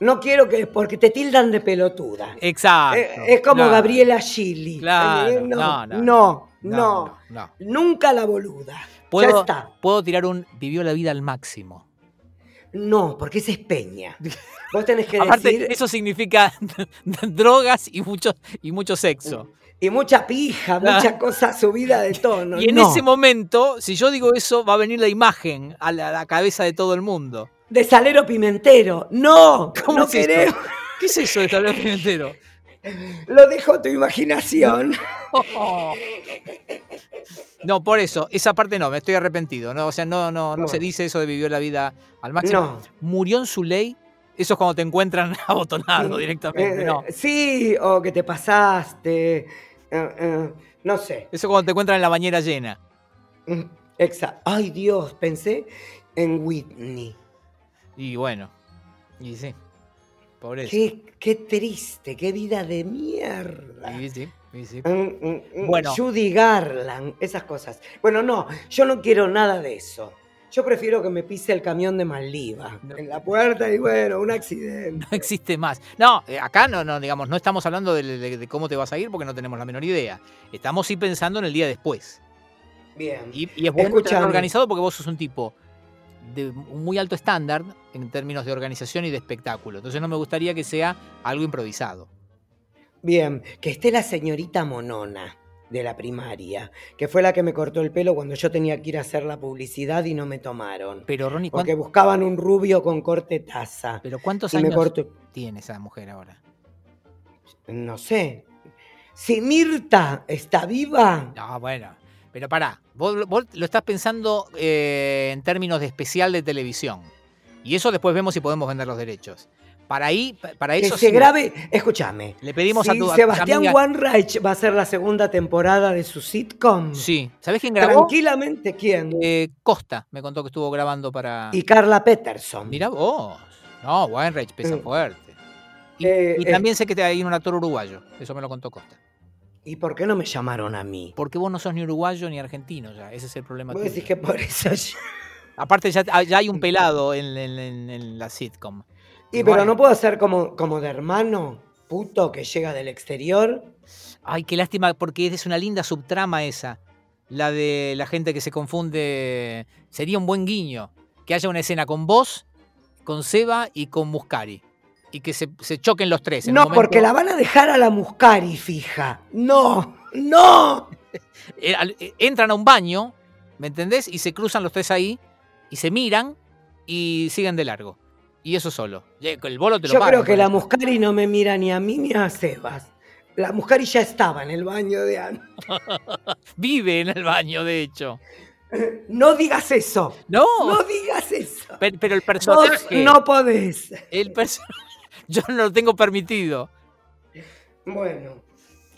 [SPEAKER 1] No quiero que, porque te tildan de pelotuda.
[SPEAKER 2] Exacto.
[SPEAKER 1] Eh, es como
[SPEAKER 2] claro.
[SPEAKER 1] Gabriela Gili.
[SPEAKER 2] Claro,
[SPEAKER 1] Eh,
[SPEAKER 2] no,
[SPEAKER 1] No,
[SPEAKER 2] no,
[SPEAKER 1] no,
[SPEAKER 2] No,
[SPEAKER 1] no.
[SPEAKER 2] no, no.
[SPEAKER 1] Nunca la boluda. Ya
[SPEAKER 2] Puedo,
[SPEAKER 1] está.
[SPEAKER 2] puedo tirar un vivió la vida al máximo.
[SPEAKER 1] No, porque esa es
[SPEAKER 2] *laughs*
[SPEAKER 1] Peña. Vos tenés que
[SPEAKER 2] Aparte,
[SPEAKER 1] decir.
[SPEAKER 2] eso significa *laughs* drogas y mucho, y mucho sexo.
[SPEAKER 1] Y mucha pija, mucha cosa subida de tono.
[SPEAKER 2] y en
[SPEAKER 1] no.
[SPEAKER 2] ese momento, si yo digo eso, va a venir la imagen a la, a la cabeza de todo el mundo.
[SPEAKER 1] De salero pimentero. No,
[SPEAKER 2] ¿Cómo
[SPEAKER 1] no
[SPEAKER 2] es esto?
[SPEAKER 1] queremos.
[SPEAKER 2] ¿Qué es eso de Tablero Pimentero?
[SPEAKER 1] Lo dejo a tu imaginación.
[SPEAKER 2] *laughs* No, por eso, esa parte no, me estoy arrepentido. No, o sea, no, no, no,
[SPEAKER 1] No.
[SPEAKER 2] se dice eso de vivió la vida al máximo.
[SPEAKER 1] No.
[SPEAKER 2] Murió en su ley. Eso es cuando te encuentran *laughs* abotonado directamente,
[SPEAKER 1] Eh,
[SPEAKER 2] no.
[SPEAKER 1] Sí, o que te pasaste. eh, eh, no sé.
[SPEAKER 2] Eso es cuando te encuentran en la bañera llena.
[SPEAKER 1] Exacto. Ay, Dios, pensé en Whitney.
[SPEAKER 2] Y bueno, y sí. Por eso.
[SPEAKER 1] Qué, qué triste, qué vida de mierda.
[SPEAKER 2] Y sí, y sí.
[SPEAKER 1] Mm, mm, mm,
[SPEAKER 2] Bueno.
[SPEAKER 1] Judy Garland, esas cosas. Bueno, no, yo no quiero nada de eso. Yo prefiero que me pise el camión de Maldiva
[SPEAKER 2] No.
[SPEAKER 1] en la puerta y bueno, un accidente.
[SPEAKER 2] No *laughs* existe más. No, eh, acá no, no, digamos, no estamos hablando de, de- de cómo te vas a ir porque no tenemos la menor idea. Estamos sí pensando en el día después.
[SPEAKER 1] Bien.
[SPEAKER 2] Y, y es bueno tenerlo
[SPEAKER 1] Escúchame.
[SPEAKER 2] organizado porque vos sos un tipo de un muy alto estándar en términos de organización y de espectáculo. Entonces no me gustaría que sea algo improvisado.
[SPEAKER 1] Bien, que esté la señorita Monona de la primaria, que fue la que me cortó el pelo cuando yo tenía que ir a hacer la publicidad y no me tomaron.
[SPEAKER 2] Pero Ronnie, ¿cuán-
[SPEAKER 1] Porque buscaban un rubio con corte taza.
[SPEAKER 2] pero ¿cuántos
[SPEAKER 1] Y me
[SPEAKER 2] años
[SPEAKER 1] corto.
[SPEAKER 2] tiene esa mujer ahora?
[SPEAKER 1] No sé. Si Mirta está viva,
[SPEAKER 2] No, bueno. Pero pará, vos, vos lo estás pensando eh, en términos de especial de televisión. Y eso después vemos si podemos vender los derechos. Para ahí, pa- para
[SPEAKER 1] que
[SPEAKER 2] eso
[SPEAKER 1] se
[SPEAKER 2] sí,
[SPEAKER 1] grabe, escúchame.
[SPEAKER 2] Le pedimos a
[SPEAKER 1] si
[SPEAKER 2] tu a tu
[SPEAKER 1] Sebastián
[SPEAKER 2] amiga-
[SPEAKER 1] Wanreich va a hacer la segunda temporada de su sitcom.
[SPEAKER 2] Sí. ¿Sabés quién grabó?
[SPEAKER 1] Tranquilamente, ¿quién?
[SPEAKER 2] Eh, Costa me contó que estuvo grabando para.
[SPEAKER 1] Y Carla Peterson.
[SPEAKER 2] Mirá vos. No, Weinreich pesa
[SPEAKER 1] Mm.
[SPEAKER 2] fuerte. Y,
[SPEAKER 1] Eh,
[SPEAKER 2] y
[SPEAKER 1] eh.
[SPEAKER 2] también sé que te- hay un actor uruguayo. Eso me lo contó Costa.
[SPEAKER 1] ¿Y por qué no me llamaron a mí?
[SPEAKER 2] Porque vos no sos ni uruguayo ni argentino ya. Ese es el problema.
[SPEAKER 1] Vos
[SPEAKER 2] tuyo.
[SPEAKER 1] decís que Mm. por eso yo-
[SPEAKER 2] Aparte, ya, ah, ya hay un pelado en, en- en- en la sitcom.
[SPEAKER 1] Y
[SPEAKER 2] Bueno.
[SPEAKER 1] pero no puedo ser como, como de hermano puto que llega del exterior.
[SPEAKER 2] Ay, qué lástima, porque es una linda subtrama esa. La de la gente que se confunde. Sería un buen guiño que haya una escena con vos, con Seba y con Muscari. Y que se, se choquen los tres. en un
[SPEAKER 1] No,
[SPEAKER 2] momento.
[SPEAKER 1] porque la van a dejar a la Muscari fija. No, no.
[SPEAKER 2] Eh, al- eh, Entran a un baño, ¿me entendés? Y se cruzan los tres ahí, y se miran y siguen de largo. y eso solo. Ye- El bolo te lo
[SPEAKER 1] Yo
[SPEAKER 2] pagan,
[SPEAKER 1] creo que
[SPEAKER 2] por
[SPEAKER 1] la
[SPEAKER 2] eso.
[SPEAKER 1] Muscari no me mira ni a mí ni a Sebas. La Muscari ya estaba en el baño de Ana.
[SPEAKER 2] Vive en el baño, de hecho.
[SPEAKER 1] No digas eso.
[SPEAKER 2] No,
[SPEAKER 1] No digas eso.
[SPEAKER 2] pe- pero el
[SPEAKER 1] Vos
[SPEAKER 2] personaje.
[SPEAKER 1] no podés.
[SPEAKER 2] El perso- *laughs* Yo no lo tengo permitido.
[SPEAKER 1] Bueno.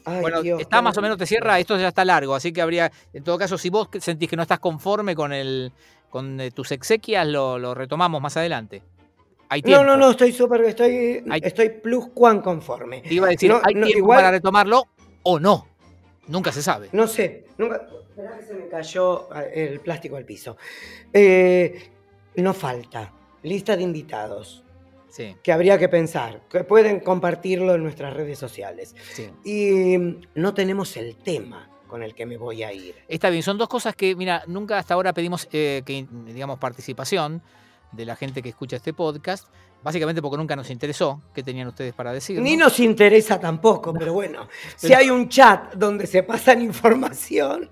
[SPEAKER 1] Ay,
[SPEAKER 2] bueno,
[SPEAKER 1] Dios,
[SPEAKER 2] está
[SPEAKER 1] qué
[SPEAKER 2] más o menos, te
[SPEAKER 1] angustia.
[SPEAKER 2] cierra, esto ya está largo, así que habría, en todo caso, si vos sentís que no estás conforme con el con eh, tus exequias, lo, lo retomamos más adelante. Hay tiempo.
[SPEAKER 1] No, no, no, estoy súper, estoy,
[SPEAKER 2] Hay-
[SPEAKER 1] estoy plus cuan conforme.
[SPEAKER 2] Te iba a decir,
[SPEAKER 1] No,
[SPEAKER 2] hay
[SPEAKER 1] no,
[SPEAKER 2] tiempo
[SPEAKER 1] igual-
[SPEAKER 2] para retomarlo o no. Nunca se sabe.
[SPEAKER 1] No sé, nunca. Esperá que se me cayó ah, el plástico al piso. Eh, no falta. Lista de invitados.
[SPEAKER 2] Sí,
[SPEAKER 1] Que habría que pensar. Que pueden compartirlo en nuestras redes sociales.
[SPEAKER 2] sí.
[SPEAKER 1] Y mm, no tenemos el tema con el que me voy a ir.
[SPEAKER 2] Está bien, son dos cosas que, mira, nunca hasta ahora pedimos eh, que, digamos, participación de la gente que escucha este podcast, básicamente porque nunca nos interesó qué tenían ustedes para decir.
[SPEAKER 1] Ni
[SPEAKER 2] ¿no?
[SPEAKER 1] nos interesa tampoco, pero bueno, si
[SPEAKER 2] Pero-
[SPEAKER 1] hay un chat donde se pasan información,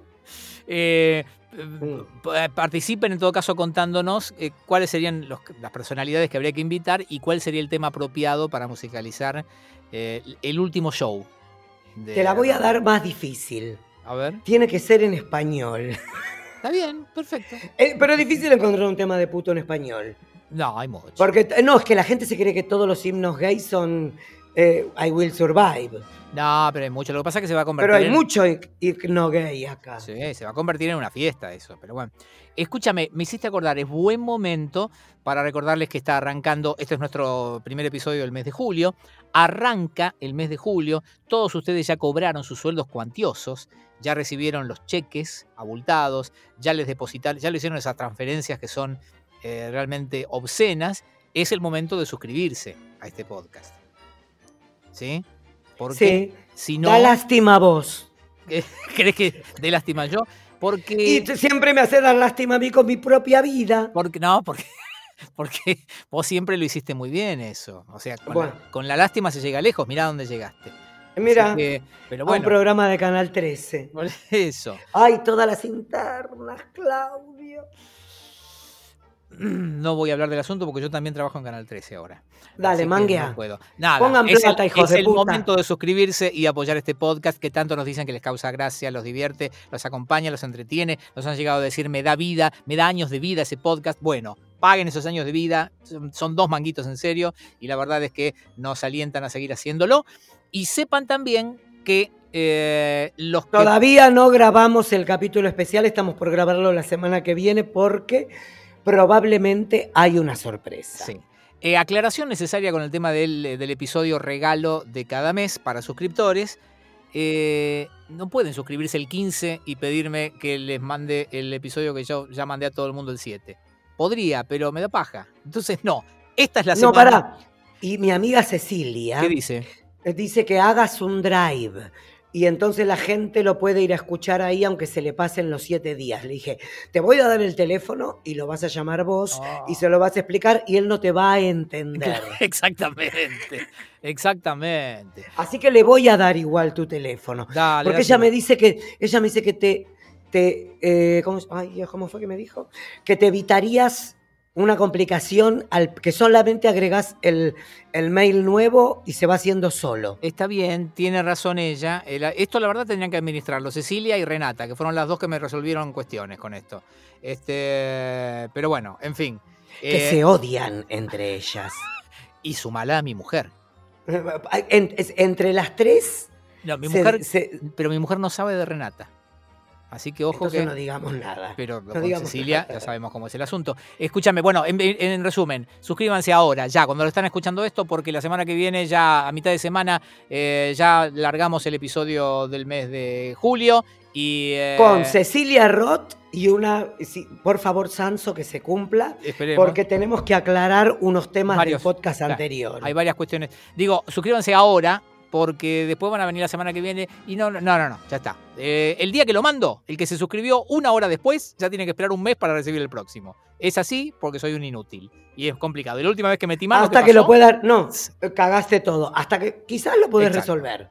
[SPEAKER 2] Eh, eh, pa- participen en todo caso contándonos eh, cuáles serían los- las personalidades que habría que invitar y cuál sería el tema apropiado para musicalizar eh, el último show. de-
[SPEAKER 1] te la voy a dar más difícil.
[SPEAKER 2] A ver.
[SPEAKER 1] Tiene que ser en español. *laughs*
[SPEAKER 2] Está bien, perfecto.
[SPEAKER 1] Eh, Pero es difícil encontrar un tema de puto en español.
[SPEAKER 2] No, hay mucho.
[SPEAKER 1] Porque t- no, es que la gente se cree que todos los himnos gays son eh, I Will Survive.
[SPEAKER 2] No, pero hay mucho. Lo que pasa es que se va a convertir
[SPEAKER 1] Pero hay
[SPEAKER 2] en-
[SPEAKER 1] mucho hic- himno gay acá.
[SPEAKER 2] Sí, se va a convertir en una fiesta eso, pero bueno. Escúchame, me hiciste acordar, es buen momento para recordarles que está arrancando, este es nuestro primer episodio del mes de julio, arranca el mes de julio, todos ustedes ya cobraron sus sueldos cuantiosos, ya recibieron los cheques abultados, ya les depositaron, ya le hicieron esas transferencias que son eh, realmente obscenas, es el momento de suscribirse a este podcast. ¿Sí? Porque
[SPEAKER 1] Sí,
[SPEAKER 2] si no,
[SPEAKER 1] da lástima a vos.
[SPEAKER 2] *laughs* ¿crees que de lástima yo? Porque...
[SPEAKER 1] Y t- siempre me hace dar lástima a mí con mi propia vida.
[SPEAKER 2] Porque, no, porque, *laughs* porque vos siempre lo hiciste muy bien eso. O sea, con,
[SPEAKER 1] Bueno.
[SPEAKER 2] la, con la lástima se llega lejos, mirá dónde llegaste. Así
[SPEAKER 1] Mira,
[SPEAKER 2] que- pero
[SPEAKER 1] a un
[SPEAKER 2] bueno,
[SPEAKER 1] programa de Canal 13.
[SPEAKER 2] por *laughs* eso. *clears throat*
[SPEAKER 1] Ay, todas las internas, Claudio.
[SPEAKER 2] No voy a hablar del asunto porque yo también trabajo en Canal 13 ahora. Así
[SPEAKER 1] Dale,
[SPEAKER 2] que pues,
[SPEAKER 1] manguea.
[SPEAKER 2] no puedo. Nada,
[SPEAKER 1] Pongan
[SPEAKER 2] es
[SPEAKER 1] plata,
[SPEAKER 2] el,
[SPEAKER 1] hijos
[SPEAKER 2] es
[SPEAKER 1] de
[SPEAKER 2] el
[SPEAKER 1] puta.
[SPEAKER 2] momento de suscribirse y apoyar este podcast que tanto nos dicen que les causa gracia, los divierte, los acompaña, los entretiene. Nos han llegado a decir, me da vida, me da años de vida ese podcast. Bueno, paguen esos años de vida, son, son dos manguitos en serio y la verdad es que nos alientan a seguir haciéndolo. Y sepan también que eh, los que...
[SPEAKER 1] Todavía no grabamos el capítulo especial, estamos por grabarlo la semana que viene porque probablemente hay una sorpresa.
[SPEAKER 2] Sí. Eh, aclaración necesaria con el tema del, eh, del episodio regalo de cada mes para suscriptores. Eh, no pueden suscribirse el 15 y pedirme que les mande el episodio que yo ya mandé a todo el mundo el 7. Podría, pero me da paja. Entonces, no. Esta es la
[SPEAKER 1] no,
[SPEAKER 2] semana.
[SPEAKER 1] pará. Y mi amiga Cecilia
[SPEAKER 2] ¿Qué dice?
[SPEAKER 1] dice que hagas un drive y entonces la gente lo puede ir a escuchar ahí aunque se le pasen los siete días. Le dije, te voy a dar el teléfono y lo vas a llamar vos y se lo vas a explicar y él no te va a entender.
[SPEAKER 2] *laughs* Exactamente. Exactamente.
[SPEAKER 1] Así que le voy a dar igual tu teléfono.
[SPEAKER 2] Dale,
[SPEAKER 1] Porque
[SPEAKER 2] dale.
[SPEAKER 1] ella me dice que, ella me dice que te, te eh, ¿cómo, es? ay, Dios, ¿cómo fue que me dijo? Que te evitarías una complicación al que solamente agregás el, el mail nuevo y se va haciendo solo.
[SPEAKER 2] Está bien, tiene razón ella. El- esto la verdad tendrían que administrarlo Cecilia y Renata, que fueron las dos que me resolvieron cuestiones con esto. Este, pero bueno, en fin.
[SPEAKER 1] que
[SPEAKER 2] Eh,
[SPEAKER 1] se odian entre ellas.
[SPEAKER 2] y sumala a mi mujer.
[SPEAKER 1] En- es- entre las tres,
[SPEAKER 2] No, mi
[SPEAKER 1] se-
[SPEAKER 2] mujer,
[SPEAKER 1] se-
[SPEAKER 2] pero mi mujer no sabe de Renata. Así que ojo
[SPEAKER 1] entonces
[SPEAKER 2] que. Eh,
[SPEAKER 1] no digamos nada.
[SPEAKER 2] Pero
[SPEAKER 1] no
[SPEAKER 2] con
[SPEAKER 1] digamos
[SPEAKER 2] Cecilia
[SPEAKER 1] nada.
[SPEAKER 2] ya sabemos cómo es el asunto. Escúchame, bueno, en, en- en resumen, suscríbanse ahora, ya, cuando lo están escuchando esto, porque la semana que viene, ya a mitad de semana, eh, ya largamos el episodio del mes de julio. Y, eh,
[SPEAKER 1] Con Cecilia Roth y una, sí, por favor Sanso, que se cumpla,
[SPEAKER 2] esperemos.
[SPEAKER 1] porque tenemos que aclarar unos temas
[SPEAKER 2] Varios.
[SPEAKER 1] del podcast
[SPEAKER 2] Claro,
[SPEAKER 1] anterior.
[SPEAKER 2] Hay varias cuestiones. Digo, suscríbanse ahora porque después van a venir la semana que viene y no, no, no, no, ya está. Eh, el día que lo mando, el que se suscribió una hora después, ya tiene que esperar un mes para recibir el próximo. Es así porque soy un inútil y es complicado. Y la última vez que metí mano, ¿qué
[SPEAKER 1] Hasta que lo
[SPEAKER 2] pasó?
[SPEAKER 1] puedas. No, cagaste todo. Hasta que quizás lo puedes
[SPEAKER 2] Exacto.
[SPEAKER 1] resolver.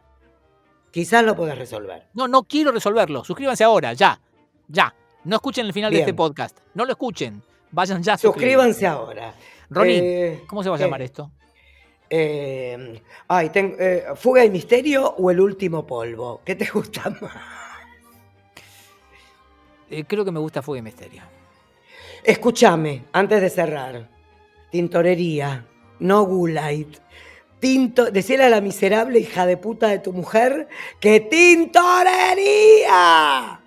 [SPEAKER 1] Quizás lo puedes resolver.
[SPEAKER 2] No, no quiero resolverlo. Suscríbanse ahora, ya, ya. No escuchen el final
[SPEAKER 1] Bien.
[SPEAKER 2] de este podcast. No lo escuchen. Vayan ya. a suscribirse.
[SPEAKER 1] Suscríbanse ahora.
[SPEAKER 2] Ronnie,
[SPEAKER 1] Eh,
[SPEAKER 2] ¿cómo se va a
[SPEAKER 1] ¿qué?
[SPEAKER 2] llamar esto?
[SPEAKER 1] Eh, ay, ten- eh, ¿Fuga y misterio o el último polvo? ¿Qué te *laughs* gusta más?
[SPEAKER 2] Eh, creo que me gusta Fuego y Misterio.
[SPEAKER 1] Escúchame, antes de cerrar. Tintorería, no Gulite. Tinto, decirle a la miserable hija de puta de tu mujer que tintorería.